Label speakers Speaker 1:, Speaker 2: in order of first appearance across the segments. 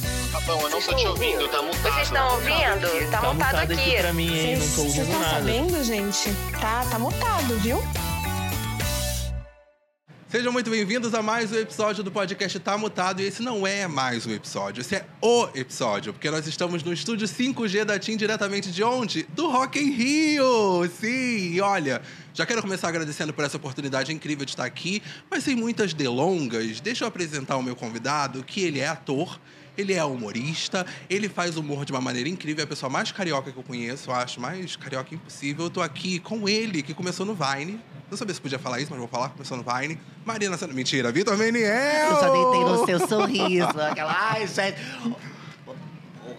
Speaker 1: Tá Bom, eu não tô te ouvindo, tá mutado.
Speaker 2: Vocês estão ouvindo? Tá, mutado
Speaker 3: Tá mutado aqui pra mim, hein?
Speaker 4: Vocês
Speaker 3: não tô
Speaker 4: vocês
Speaker 3: ouvindo
Speaker 4: estão
Speaker 3: nada.
Speaker 4: sabendo, gente? Tá, tá mutado, viu?
Speaker 5: Sejam muito bem-vindos a mais um episódio do podcast Tá Mutado. E esse não é mais um episódio, esse é o episódio, porque nós estamos no estúdio 5G da TIM diretamente de onde? Do Rock in Rio! Sim! E olha, já quero começar agradecendo por essa oportunidade incrível de estar aqui, mas sem muitas delongas, deixa eu apresentar o meu convidado, que ele é ator. Ele é humorista, ele faz humor de uma maneira incrível, é a pessoa mais carioca que eu conheço, eu acho, mais carioca impossível. Eu tô aqui com ele, que começou no Vine. Não sabia se podia falar isso, mas vou falar, começou no Vine. Marina Sena... Mentira, Vitor Meniel!
Speaker 6: Eu só deitei
Speaker 5: Oh.
Speaker 6: no seu sorriso. Aquela, ai, gente.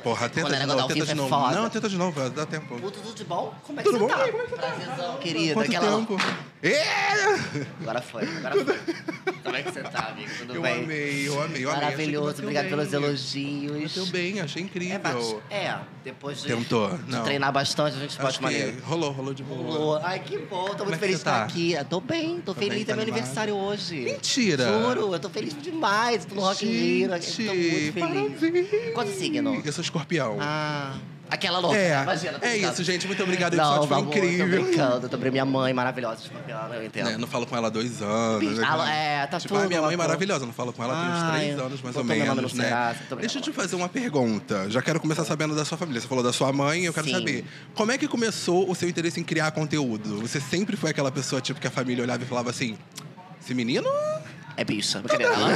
Speaker 5: Porra, tenta
Speaker 6: Quando é
Speaker 5: de
Speaker 6: negócio
Speaker 5: novo,
Speaker 6: ao
Speaker 5: tenta
Speaker 6: vivo
Speaker 5: de
Speaker 6: é
Speaker 5: novo.
Speaker 6: foda.
Speaker 5: Não, tenta de novo, dá tempo.
Speaker 6: Ô, Tudo de bom? Como é que
Speaker 5: Tudo
Speaker 6: você
Speaker 5: bom?
Speaker 6: tá?
Speaker 5: Como é que você tá?
Speaker 6: Prazerzão, querida.
Speaker 5: Quanto
Speaker 6: aquela...
Speaker 5: tempo? É!
Speaker 6: Agora foi, agora foi. Como é que você tá, amigo? Tudo
Speaker 5: Eu
Speaker 6: bem?
Speaker 5: amei, eu amei, eu amei. Achei
Speaker 6: Maravilhoso,
Speaker 5: que bateu
Speaker 6: obrigado
Speaker 5: bem.
Speaker 6: pelos elogios.
Speaker 5: Bateu bem, achei incrível.
Speaker 6: É, bate- é, depois de,
Speaker 5: Tentou,
Speaker 6: de
Speaker 5: não.
Speaker 6: treinar bastante, a gente
Speaker 5: Acho
Speaker 6: bate
Speaker 5: que
Speaker 6: maneiro.
Speaker 5: rolou, rolou de boa.
Speaker 6: Ai, que bom, tô
Speaker 5: Como é
Speaker 6: muito
Speaker 5: que
Speaker 6: feliz de
Speaker 5: você tá?
Speaker 6: estar aqui. Eu tô bem, tô
Speaker 5: Tá
Speaker 6: feliz,
Speaker 5: bem, tá
Speaker 6: é meu
Speaker 5: animado?
Speaker 6: aniversário hoje.
Speaker 5: Mentira!
Speaker 6: Juro, eu tô feliz demais, tô no Rock in Rio, eu tô muito feliz.
Speaker 5: parabéns.
Speaker 6: Quanto signo?
Speaker 5: Eu sou escorpião.
Speaker 6: Ah, aquela louca.
Speaker 5: é,
Speaker 6: imagina. tô
Speaker 5: é
Speaker 6: brincando.
Speaker 5: isso, gente. Muito obrigado, o
Speaker 6: Não,
Speaker 5: episódio foi
Speaker 6: vamos, tô
Speaker 5: incrível.
Speaker 6: brincando, tô brincando. Minha mãe maravilhosa, escorpião, eu entendo.
Speaker 5: Né, não falo com ela há dois anos. né?
Speaker 6: Alô, é, tá
Speaker 5: tipo,
Speaker 6: tudo
Speaker 5: ah, minha mãe é
Speaker 6: uma
Speaker 5: maravilhosa, não falo com ela tem uns
Speaker 6: Ai,
Speaker 5: três anos, mais ou
Speaker 6: botou meu nome
Speaker 5: menos,
Speaker 6: no
Speaker 5: né?
Speaker 6: Serasa, tô brincando.
Speaker 5: Deixa eu te fazer uma pergunta. Já quero começar sabendo da sua família. Você falou da sua mãe, eu quero
Speaker 6: Sim.
Speaker 5: saber. Como é que começou o seu interesse em criar conteúdo? Você sempre foi aquela pessoa, tipo, que a família olhava e falava assim... Esse menino?
Speaker 6: É bicha. Brincadeira. Não,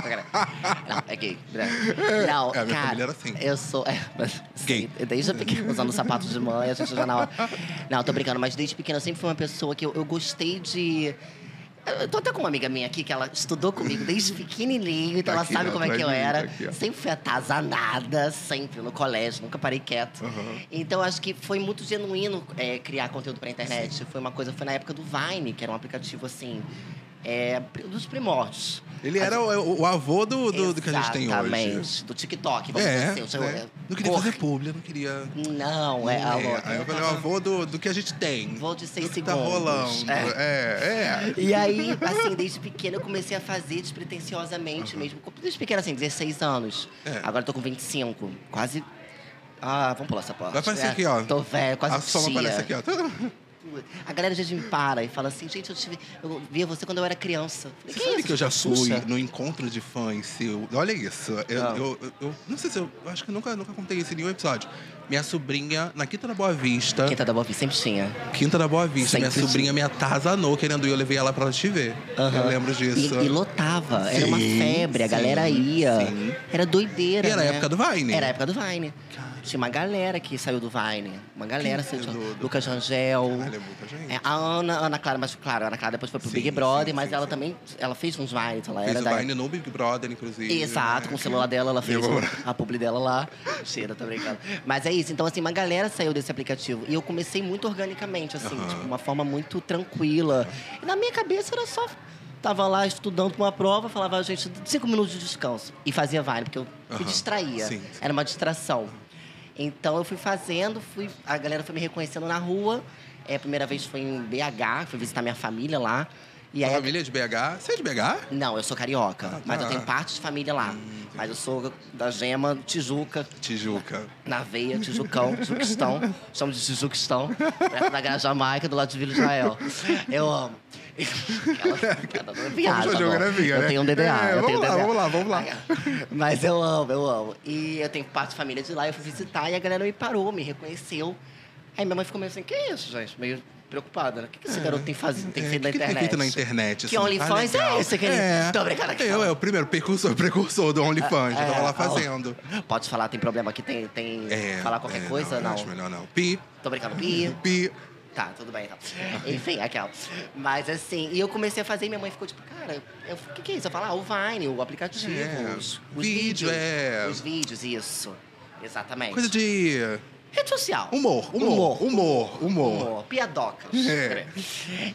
Speaker 6: brincadeira. Não, é gay. brincadeira. Não,
Speaker 5: É, a minha
Speaker 6: cara,
Speaker 5: família era assim.
Speaker 6: Eu sou. É, mas,
Speaker 5: Gay.
Speaker 6: sim, desde pequeno, usando sapatos de mãe, a gente já na hora. Não, tô brincando, mas desde pequena eu sempre fui uma pessoa que eu, eu gostei de. Eu tô até com uma amiga minha aqui que ela estudou comigo desde pequenininho,
Speaker 5: Tá
Speaker 6: então ela
Speaker 5: aqui,
Speaker 6: sabe
Speaker 5: ó,
Speaker 6: como é que eu
Speaker 5: atrás de mim,
Speaker 6: era.
Speaker 5: tá aqui, ó.
Speaker 6: sempre fui atazanada, sempre no colégio, nunca parei quieto.
Speaker 5: Uhum.
Speaker 6: Então acho que foi muito genuíno é, criar conteúdo pra internet. Foi uma coisa, foi na época do Vine, que era um aplicativo assim, é, dos primórdios.
Speaker 5: Ele era o, o avô do, do, do que a gente tem hoje.
Speaker 6: Exatamente, do TikTok, vamos
Speaker 5: É,
Speaker 6: dizer assim. o seu-
Speaker 5: né? Não queria
Speaker 6: cor-
Speaker 5: fazer publi, não queria...
Speaker 6: Não, é, alô.
Speaker 5: É, aí eu falei, o avô do, do que a gente tem.
Speaker 6: Vou de seis
Speaker 5: do que tá
Speaker 6: segundos.
Speaker 5: rolando. É,
Speaker 6: É.
Speaker 5: é.
Speaker 6: E aí, assim, desde pequena eu comecei a fazer despretensiosamente mesmo. Desde pequena, assim, 16 anos.
Speaker 5: É.
Speaker 6: Agora eu tô com 25. Quase. Ah, vamos pular essa porta.
Speaker 5: Vai aparecer
Speaker 6: É,
Speaker 5: aqui, ó.
Speaker 6: Tô velho, quase
Speaker 5: A soma
Speaker 6: tia.
Speaker 5: Ah, aparece aqui, ó.
Speaker 6: A galera às vezes me para e fala assim, gente, eu, tive, eu via você quando eu era criança.
Speaker 5: Você
Speaker 6: Falei, "Que
Speaker 5: sabe
Speaker 6: isso,
Speaker 5: que eu já fui
Speaker 6: Xuxa?"
Speaker 5: no encontro de fãs seu? Olha isso. Eu
Speaker 6: Ah.
Speaker 5: não, eu, eu- eu não sei se eu. eu acho que eu nunca, nunca contei isso em nenhum episódio. Minha sobrinha, na Quinta da Boa Vista.
Speaker 6: Quinta da Boa Vista, sempre tinha.
Speaker 5: Quinta da Boa Vista,
Speaker 6: Sempre
Speaker 5: minha sobrinha me atazanou querendo ir, eu levei ela pra ela te ver. Eu lembro disso.
Speaker 6: E, e lotava. era uma
Speaker 5: Sim,
Speaker 6: febre, a
Speaker 5: sim,
Speaker 6: galera ia.
Speaker 5: sim.
Speaker 6: Era doideira.
Speaker 5: E era a
Speaker 6: né?
Speaker 5: época do Vine.
Speaker 6: Era a época do Vine. Tinha uma galera que saiu do Vine. Uma galera
Speaker 5: Quem
Speaker 6: saiu
Speaker 5: é do-
Speaker 6: do,
Speaker 5: do-
Speaker 6: Lucas Rangel.
Speaker 5: Caralho, é muita gente.
Speaker 6: É, a Ana, Ana Clara, mas claro, a Ana Clara depois foi pro
Speaker 5: Sim,
Speaker 6: Big Brother,
Speaker 5: sim,
Speaker 6: mas
Speaker 5: sim,
Speaker 6: ela
Speaker 5: sim.
Speaker 6: também ela fez uns Vines, ela
Speaker 5: Fez
Speaker 6: era
Speaker 5: o
Speaker 6: da.
Speaker 5: Vine no Big Brother, inclusive.
Speaker 6: Exato,
Speaker 5: né?
Speaker 6: com o celular dela, ela fez um-
Speaker 5: Eu vou-
Speaker 6: a publi dela lá. Cheira, tô brincando. Mas é isso, então assim, uma galera saiu desse aplicativo. E eu comecei muito organicamente, assim,
Speaker 5: Aham.
Speaker 6: tipo, uma forma muito tranquila. E na minha cabeça era só. Tava lá estudando pra uma prova, falava, "Ah, gente, cinco minutos de descanso. E fazia Vine, porque eu
Speaker 5: Aham.
Speaker 6: me distraía.
Speaker 5: Sim, sim.
Speaker 6: Era uma distração. Então eu fui fazendo, fui, a galera foi me reconhecendo na rua. É, a primeira vez foi em BH, fui visitar minha família lá. E
Speaker 5: Sua
Speaker 6: aí a
Speaker 5: família é de BH? Você é de BH?
Speaker 6: não, eu sou carioca,
Speaker 5: Ah,
Speaker 6: mas
Speaker 5: tá.
Speaker 6: eu tenho parte de família lá. mas eu sou da Gema, Tijuca,
Speaker 5: Tijuca.
Speaker 6: na veia, Tijucão, Tijuquistão. Chamo de Tijuquistão, perto da Gara Jamaica, do lado de Vila Israel. Eu amo. Aquela- Piada,
Speaker 5: Vamos à
Speaker 6: tá bom.
Speaker 5: geografia,
Speaker 6: eu
Speaker 5: né?
Speaker 6: tenho um DDA,
Speaker 5: É,
Speaker 6: eu
Speaker 5: vamos
Speaker 6: tenho
Speaker 5: lá,
Speaker 6: DDA.
Speaker 5: vamos lá, vamos lá.
Speaker 6: Mas eu amo, eu amo. E eu tenho parte de família de lá, eu fui visitar e a galera me parou, me reconheceu. Aí minha mãe ficou meio assim, que isso, gente? Meio preocupada, né? O que, que esse garoto tem, faz... tem
Speaker 5: É,
Speaker 6: feito na
Speaker 5: o que
Speaker 6: internet?
Speaker 5: Tem feito na internet.
Speaker 6: Que
Speaker 5: assim,
Speaker 6: OnlyFans
Speaker 5: legal.
Speaker 6: é esse que ele- Tô brincando aqui,
Speaker 5: Eu,
Speaker 6: fala.
Speaker 5: é o primeiro precursor, precursor do OnlyFans. eu tava
Speaker 6: É,
Speaker 5: lá
Speaker 6: a-
Speaker 5: fazendo.
Speaker 6: Pode falar, tem problema aqui, tem. tem
Speaker 5: É,
Speaker 6: falar qualquer
Speaker 5: é,
Speaker 6: coisa?
Speaker 5: eu
Speaker 6: Não.
Speaker 5: Acho melhor não. Pi,
Speaker 6: Tô brincando. Pi.
Speaker 5: pi.
Speaker 6: Tá, tudo bem então. Enfim, aquela. Mas assim, e eu comecei a fazer e minha mãe ficou tipo, cara, eu- o que, que é isso? Eu falo, ah, o Vine, o aplicativo,
Speaker 5: É,
Speaker 6: os, os
Speaker 5: vídeo,
Speaker 6: vídeos.
Speaker 5: é.
Speaker 6: Os vídeos, isso. Exatamente.
Speaker 5: Coisa de
Speaker 6: Rede social.
Speaker 5: humor, humor, humor, humor.
Speaker 6: Humor, piadocas.
Speaker 5: É.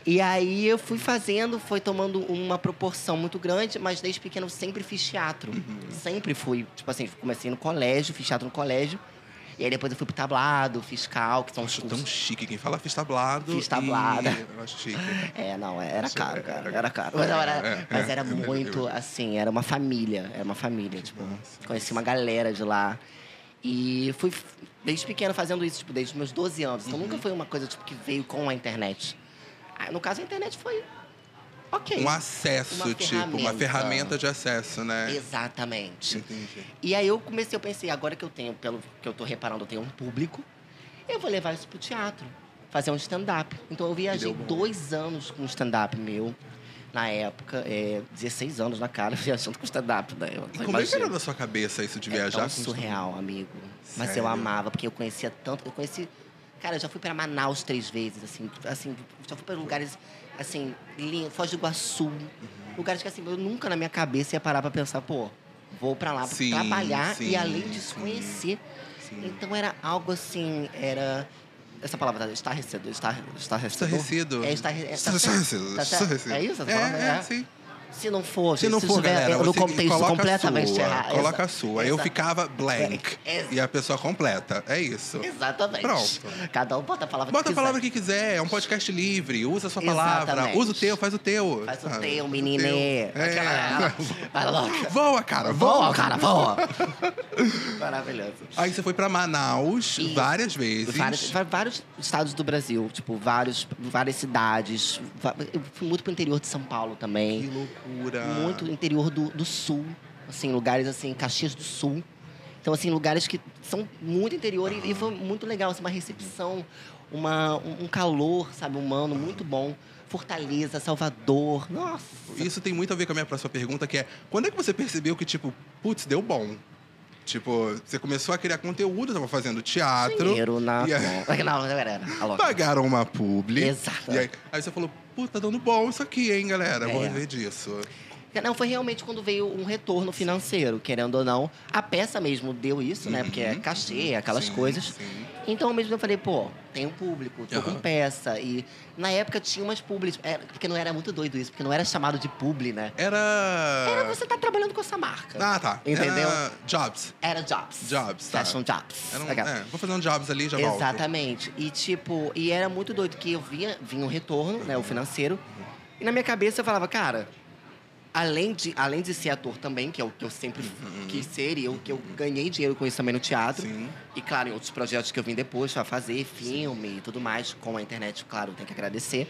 Speaker 6: E aí eu fui fazendo, foi tomando uma proporção muito grande, mas desde
Speaker 5: Uhum.
Speaker 6: pequeno eu sempre fiz teatro. Sempre fui, tipo assim, comecei no colégio, fiz teatro no colégio. E aí depois eu fui pro tablado, fiscal, que são
Speaker 5: Eu
Speaker 6: os
Speaker 5: acho
Speaker 6: cursos.
Speaker 5: tão chique. Quem fala fiz tablado.
Speaker 6: Fiz tablado.
Speaker 5: e- Eu acho chique.
Speaker 6: É, não, era
Speaker 5: Isso,
Speaker 6: caro,
Speaker 5: é,
Speaker 6: cara.
Speaker 5: era-
Speaker 6: Era caro. Mas, era,
Speaker 5: é,
Speaker 6: mas era
Speaker 5: é,
Speaker 6: muito,
Speaker 5: eu-
Speaker 6: assim, era uma família. Era uma família, tipo.
Speaker 5: massa.
Speaker 6: Conheci uma galera de lá. E fui f- desde pequeno fazendo isso, tipo, desde os meus 12 anos. Então
Speaker 5: Uhum.
Speaker 6: nunca foi uma coisa, tipo, que veio com a internet. Ah, no caso, a internet foi ok.
Speaker 5: Um acesso,
Speaker 6: Uma
Speaker 5: tipo, uma
Speaker 6: ferramenta.
Speaker 5: ferramenta de acesso, né?
Speaker 6: Exatamente.
Speaker 5: Entendi.
Speaker 6: E aí eu comecei, eu pensei, agora que eu tenho, pelo que eu tô reparando, eu tenho um público, eu vou levar isso pro teatro, fazer um stand-up. Então eu viajei
Speaker 5: E deu bom. né?
Speaker 6: dois anos com um stand-up meu, na época, é, 16 anos na cara, viajando com stand-up. Né? Eu
Speaker 5: E
Speaker 6: não
Speaker 5: como é que era
Speaker 6: imagino.
Speaker 5: na sua cabeça isso de
Speaker 6: É
Speaker 5: viajar
Speaker 6: tão
Speaker 5: com
Speaker 6: surreal, amigo. Mas
Speaker 5: Sério?
Speaker 6: eu amava, porque eu conhecia tanto. Eu conheci. Cara, eu já fui pra Manaus três vezes, assim. assim já fui pra lugares, assim, lindo, Foz do Iguaçu.
Speaker 5: Uhum.
Speaker 6: Lugares que, assim, eu nunca na minha cabeça ia parar pra pensar, pô, vou pra lá pra
Speaker 5: Sim,
Speaker 6: trabalhar
Speaker 5: sim,
Speaker 6: e além disso
Speaker 5: sim.
Speaker 6: conhecer.
Speaker 5: Sim.
Speaker 6: Então era algo assim, era. Essa palavra tá estarrecedor, estar, estarrecedor.
Speaker 5: Estarrecido.
Speaker 6: É, estarre- é, tá certo?
Speaker 5: Estarrecido,
Speaker 6: Tá certo?
Speaker 5: estarrecido.
Speaker 6: É isso? essa
Speaker 5: É,
Speaker 6: palavra?
Speaker 5: é, sim.
Speaker 6: Se não for,
Speaker 5: Se não for,
Speaker 6: estiver
Speaker 5: galera,
Speaker 6: é no
Speaker 5: você
Speaker 6: contexto
Speaker 5: coloca
Speaker 6: completamente
Speaker 5: a sua,
Speaker 6: errado.
Speaker 5: Coloca a
Speaker 6: Exa-
Speaker 5: sua. Eu
Speaker 6: exa-
Speaker 5: ficava blank.
Speaker 6: Exa-
Speaker 5: E a pessoa completa. É isso.
Speaker 6: Exatamente.
Speaker 5: Pronto.
Speaker 6: Cada um bota a palavra
Speaker 5: Bota
Speaker 6: que
Speaker 5: a
Speaker 6: quiser.
Speaker 5: palavra que quiser, é um podcast livre, usa a sua palavra,
Speaker 6: Exatamente.
Speaker 5: usa o teu, faz o teu.
Speaker 6: Faz o
Speaker 5: sabe?
Speaker 6: teu,
Speaker 5: teu.
Speaker 6: menine.
Speaker 5: Ah, É.
Speaker 6: Vai louca.
Speaker 5: Voa, cara, voa.
Speaker 6: Voa, cara, voa. Maravilhoso.
Speaker 5: Aí você foi pra Manaus
Speaker 6: Isso.
Speaker 5: várias vezes.
Speaker 6: Vários, va- vários estados do Brasil, tipo, vários, várias cidades. Va- Eu fui muito pro interior de São Paulo
Speaker 5: Que
Speaker 6: também.
Speaker 5: loucura.
Speaker 6: Muito interior do, do sul. Assim, lugares assim, Caxias do Sul. Então, assim, lugares que são muito interior e, e foi muito legal, assim, uma recepção, uma, um um calor, sabe, humano, muito bom. Fortaleza, Salvador. Nossa!
Speaker 5: Isso tem muito a ver com a minha próxima pergunta, que é: quando é que você percebeu que, tipo, putz, deu bom? Tipo, você começou a criar conteúdo, tava fazendo teatro.
Speaker 6: Dinheiro na
Speaker 5: E aí-
Speaker 6: conta. Não, não, galera. Alô.
Speaker 5: Pagaram uma publi.
Speaker 6: Exato.
Speaker 5: E aí, aí você falou, puta, tá dando bom isso aqui, hein, galera? Vou
Speaker 6: É.
Speaker 5: viver disso.
Speaker 6: Não, foi realmente quando veio um retorno financeiro, querendo ou não. A peça mesmo deu isso, né? Porque é cachê, aquelas
Speaker 5: Uhum. Sim,
Speaker 6: coisas.
Speaker 5: sim.
Speaker 6: Então, ao mesmo tempo, eu falei, pô, tem um público, tô com
Speaker 5: Aham.
Speaker 6: peça. E na época tinha umas publis, era- porque não era muito doido isso, porque não era chamado de publi, né?
Speaker 5: Era.
Speaker 6: Era você tá trabalhando com essa marca.
Speaker 5: Ah, tá.
Speaker 6: Entendeu?
Speaker 5: Era jobs.
Speaker 6: Era jobs.
Speaker 5: Jobs, tá.
Speaker 6: Fashion jobs.
Speaker 5: Era um,
Speaker 6: Aquela-
Speaker 5: é, vou fazer um jobs ali, já volto.
Speaker 6: Exatamente. E tipo, e era muito doido que eu vinha, vinha o retorno, né, o financeiro. E na minha cabeça eu falava, cara, além de, além de ser ator também, que é o que eu sempre
Speaker 5: Uhum.
Speaker 6: quis ser, e eu que eu ganhei dinheiro com isso também no teatro.
Speaker 5: Sim.
Speaker 6: E claro, em outros projetos que eu vim depois a fazer, filme e tudo mais, com a internet, claro, eu tenho que agradecer.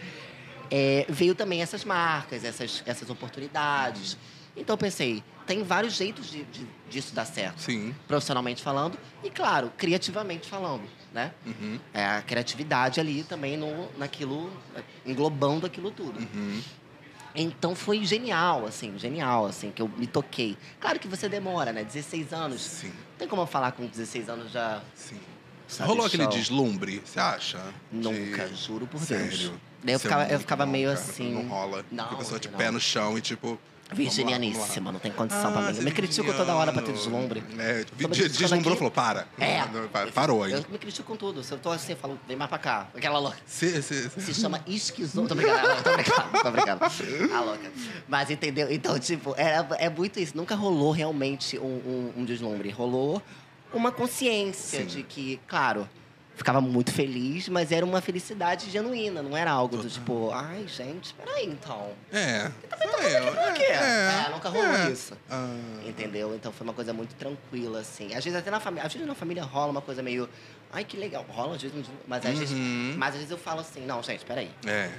Speaker 6: É, veio também essas marcas, essas, essas oportunidades. Então eu pensei, tem vários jeitos de, de, disso dar certo
Speaker 5: Sim.
Speaker 6: profissionalmente falando e, claro, criativamente falando, né?
Speaker 5: Uhum.
Speaker 6: É a criatividade ali também no, naquilo, englobando aquilo tudo.
Speaker 5: Uhum.
Speaker 6: Então foi genial, assim, genial, assim, que eu me toquei. Claro que você demora, né? 16 anos.
Speaker 5: Sim,
Speaker 6: Não tem como eu falar com 16 anos já.
Speaker 5: sim.
Speaker 6: sabe,
Speaker 5: Rolou aquele
Speaker 6: show.
Speaker 5: deslumbre, você acha? De-
Speaker 6: Nunca, juro por Deus.
Speaker 5: Sério. Isso
Speaker 6: Daí eu
Speaker 5: é
Speaker 6: ficava, eu
Speaker 5: muito
Speaker 6: ficava
Speaker 5: bom,
Speaker 6: meio
Speaker 5: cara,
Speaker 6: assim.
Speaker 5: Não rola.
Speaker 6: Não,
Speaker 5: Fica a pessoa de
Speaker 6: não.
Speaker 5: pé no chão e tipo.
Speaker 6: Virginianíssima, não tem condição
Speaker 5: Ah,
Speaker 6: pra mim.
Speaker 5: você
Speaker 6: Me
Speaker 5: é
Speaker 6: criticou toda hora pra ter
Speaker 5: virginiano.
Speaker 6: deslumbre.
Speaker 5: É,
Speaker 6: Tô me
Speaker 5: de-
Speaker 6: criticando
Speaker 5: deslumbrou e
Speaker 6: aqui.
Speaker 5: falou, para.
Speaker 6: É.
Speaker 5: Não, pa- Parou aí.
Speaker 6: Eu me critico com tudo. Se eu tô assim, eu falo, vem mais pra cá. Aquela louca.
Speaker 5: Se- se- se-
Speaker 6: Se chama esquizofrenia. Tô brincando, tô brincando, tô brincando. A louca. Mas entendeu? Então, tipo, era, é muito isso. Nunca rolou realmente um, um, um deslumbre. Rolou uma consciência
Speaker 5: Sim.
Speaker 6: de que, claro, ficava muito feliz, mas era uma felicidade genuína. Não era algo do tipo, ai, gente, peraí então.
Speaker 5: É. Sou eu.
Speaker 6: Por quê?
Speaker 5: É,
Speaker 6: É, nunca rolou
Speaker 5: é.
Speaker 6: isso.
Speaker 5: Ah,
Speaker 6: Entendeu? Então foi uma coisa muito tranquila, assim. Às vezes até na família. Às vezes na família rola uma coisa meio. Ai, que legal. Rola, às vezes. Mas às, vezes,
Speaker 5: Uhum.
Speaker 6: mas às vezes eu falo assim, não, gente, peraí.
Speaker 5: É.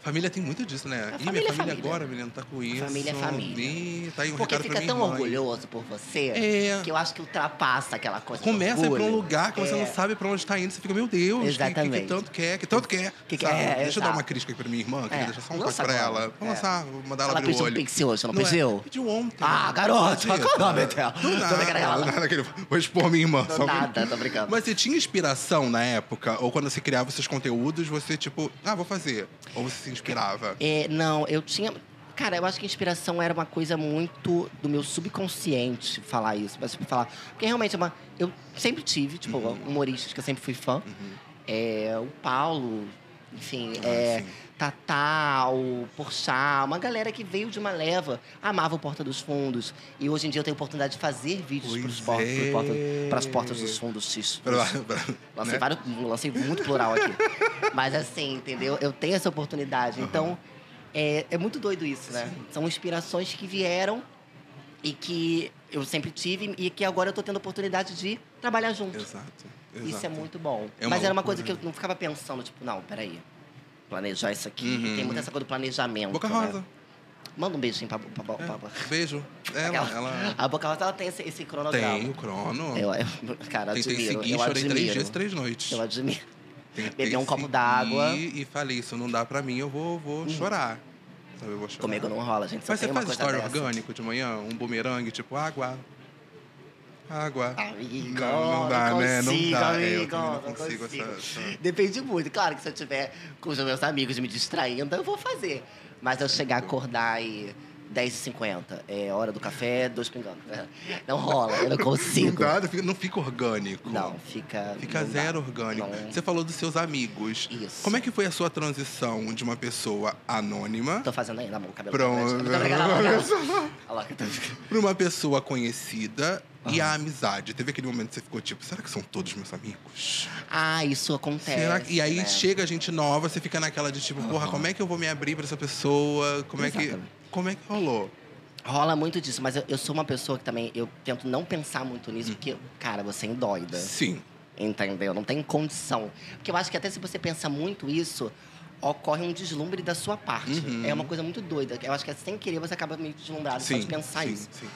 Speaker 5: Família tem muito disso, né? Ih, minha
Speaker 6: família
Speaker 5: família
Speaker 6: é família.
Speaker 5: agora, menino, tá com isso.
Speaker 6: Família é família.
Speaker 5: Ih, tá aí um
Speaker 6: Porque
Speaker 5: recado pra
Speaker 6: fica
Speaker 5: minha
Speaker 6: tão
Speaker 5: irmã, hein?
Speaker 6: orgulhoso por você
Speaker 5: É.
Speaker 6: que eu acho que ultrapassa aquela coisa. do
Speaker 5: Começa a ir pra um
Speaker 6: orgulho.
Speaker 5: lugar que você
Speaker 6: É.
Speaker 5: não sabe pra onde tá indo. Você fica, meu Deus, que- Que, que,
Speaker 6: Exatamente.
Speaker 5: tanto quer, que tanto quer.
Speaker 6: Que que-
Speaker 5: sabe?
Speaker 6: é,
Speaker 5: Deixa eu dar
Speaker 6: exato.
Speaker 5: uma crítica aqui pra minha irmã, queria
Speaker 6: É,
Speaker 5: deixar só um
Speaker 6: lança
Speaker 5: toque pra
Speaker 6: agora.
Speaker 5: ela. Vou
Speaker 6: É.
Speaker 5: lançar, vou mandar ela,
Speaker 6: Ela
Speaker 5: abrir o
Speaker 6: pediu um
Speaker 5: olho.
Speaker 6: pix hoje, não,
Speaker 5: é,
Speaker 6: pediu?
Speaker 5: Pediu ontem.
Speaker 6: Ah, garoto,
Speaker 5: Não
Speaker 6: qual é o nome dela?
Speaker 5: Do
Speaker 6: Tô brincando.
Speaker 5: nada. Naquele- Vou expor minha irmã.
Speaker 6: Do
Speaker 5: só um
Speaker 6: nada, tá
Speaker 5: pouquinho.
Speaker 6: tô brincando.
Speaker 5: Mas você tinha inspiração na época? Ou quando você criava seus conteúdos, você tipo, ah, vou fazer. Ou você se inspirava?
Speaker 6: É, não, eu tinha. Cara, eu acho que inspiração era uma coisa muito do meu subconsciente falar isso. Mas, tipo, falar. Porque realmente é uma.
Speaker 5: Uhum.
Speaker 6: Eu sempre tive, tipo, humoristas que eu sempre fui fã. É, o Paulo, enfim,
Speaker 5: Ah,
Speaker 6: é,
Speaker 5: sim.
Speaker 6: Tatá, o Porchat, uma galera que veio de uma leva, amava o Porta dos Fundos. E hoje em dia eu tenho a oportunidade de fazer vídeos
Speaker 5: Pois
Speaker 6: pros por,
Speaker 5: é.
Speaker 6: as portas dos fundos. X.
Speaker 5: Pra lá, pra-
Speaker 6: Lancei,
Speaker 5: né?
Speaker 6: vários, lancei muito plural aqui. Mas assim, entendeu? Eu tenho essa oportunidade. Então, é, é muito doido isso, né? São inspirações que vieram e que eu sempre tive e que agora eu tô tendo a oportunidade de trabalhar junto.
Speaker 5: Exato, exato.
Speaker 6: Isso é muito bom.
Speaker 5: É uma
Speaker 6: Mas era uma
Speaker 5: loucura,
Speaker 6: coisa que eu não ficava pensando, tipo, não, peraí. Planejar isso aqui.
Speaker 5: Uhum.
Speaker 6: Tem muita essa coisa do planejamento.
Speaker 5: Boca
Speaker 6: né?
Speaker 5: Rosa. É.
Speaker 6: Manda um beijinho pra, pra, pra, pra-
Speaker 5: Beijo. Ela,
Speaker 6: aquela-
Speaker 5: ela
Speaker 6: A Boca Rosa, ela tem esse, esse cronograma.
Speaker 5: tem o crono.
Speaker 6: Eu, eu- cara,
Speaker 5: Tentei
Speaker 6: admiro.
Speaker 5: seguir,
Speaker 6: eu
Speaker 5: chorei
Speaker 6: admiro.
Speaker 5: três dias, três noites.
Speaker 6: Eu admiro.
Speaker 5: Tentei
Speaker 6: bebi um copo
Speaker 5: seguir
Speaker 6: d'água. Hum.
Speaker 5: E falei, isso não dá pra mim, eu vou, vou chorar. Sabe, eu vou chorar.
Speaker 6: Comigo não rola, gente. Só
Speaker 5: Mas
Speaker 6: tem
Speaker 5: você
Speaker 6: uma
Speaker 5: faz
Speaker 6: coisa
Speaker 5: história
Speaker 6: dessa.
Speaker 5: orgânico de manhã? Um bumerangue, tipo água. Água.
Speaker 6: Amigo,
Speaker 5: Não, não dá,
Speaker 6: não
Speaker 5: né? Não
Speaker 6: consigo,
Speaker 5: dá, é, eu
Speaker 6: Amigo,
Speaker 5: também não
Speaker 6: não
Speaker 5: consigo
Speaker 6: consigo.
Speaker 5: essa- essa-
Speaker 6: Depende muito. Claro que se eu tiver com os meus amigos me distraindo, eu vou fazer. Mas eu chegar a acordar e 10h50, é hora do café, dois pinganos. Não rola, eu não
Speaker 5: Não
Speaker 6: consigo.
Speaker 5: dá, não fica- não fica orgânico.
Speaker 6: Não, fica.
Speaker 5: Fica
Speaker 6: não dá.
Speaker 5: zero orgânico.
Speaker 6: Não.
Speaker 5: Você falou dos seus amigos.
Speaker 6: Isso.
Speaker 5: Como é que foi a sua transição de uma pessoa anônima
Speaker 6: Tô fazendo ainda, amor, o cabelo.
Speaker 5: Pronto.
Speaker 6: Tá grande. Muito obrigada, Olha lá. Olha lá que tá-
Speaker 5: para uma pessoa conhecida e a amizade? Teve aquele momento que você ficou tipo, será que são todos meus amigos?
Speaker 6: Ah, isso acontece.
Speaker 5: Será que- E aí
Speaker 6: né?
Speaker 5: chega gente nova, você fica naquela de tipo, porra, como é que eu vou me abrir pra essa pessoa? Como é que.
Speaker 6: Exatamente.
Speaker 5: Como é que rolou?
Speaker 6: Rola muito disso, mas eu, eu sou uma pessoa que também. Eu tento não pensar muito nisso,
Speaker 5: Hum.
Speaker 6: porque, cara, você é doida.
Speaker 5: Sim.
Speaker 6: Entendeu? Não tem condição. Porque eu acho que até se você pensa muito isso, ocorre um deslumbre da sua parte.
Speaker 5: Uhum.
Speaker 6: É uma coisa muito doida. Eu acho que é sem querer você acaba meio deslumbrado só
Speaker 5: Sim.
Speaker 6: de pensar
Speaker 5: sim,
Speaker 6: isso.
Speaker 5: sim.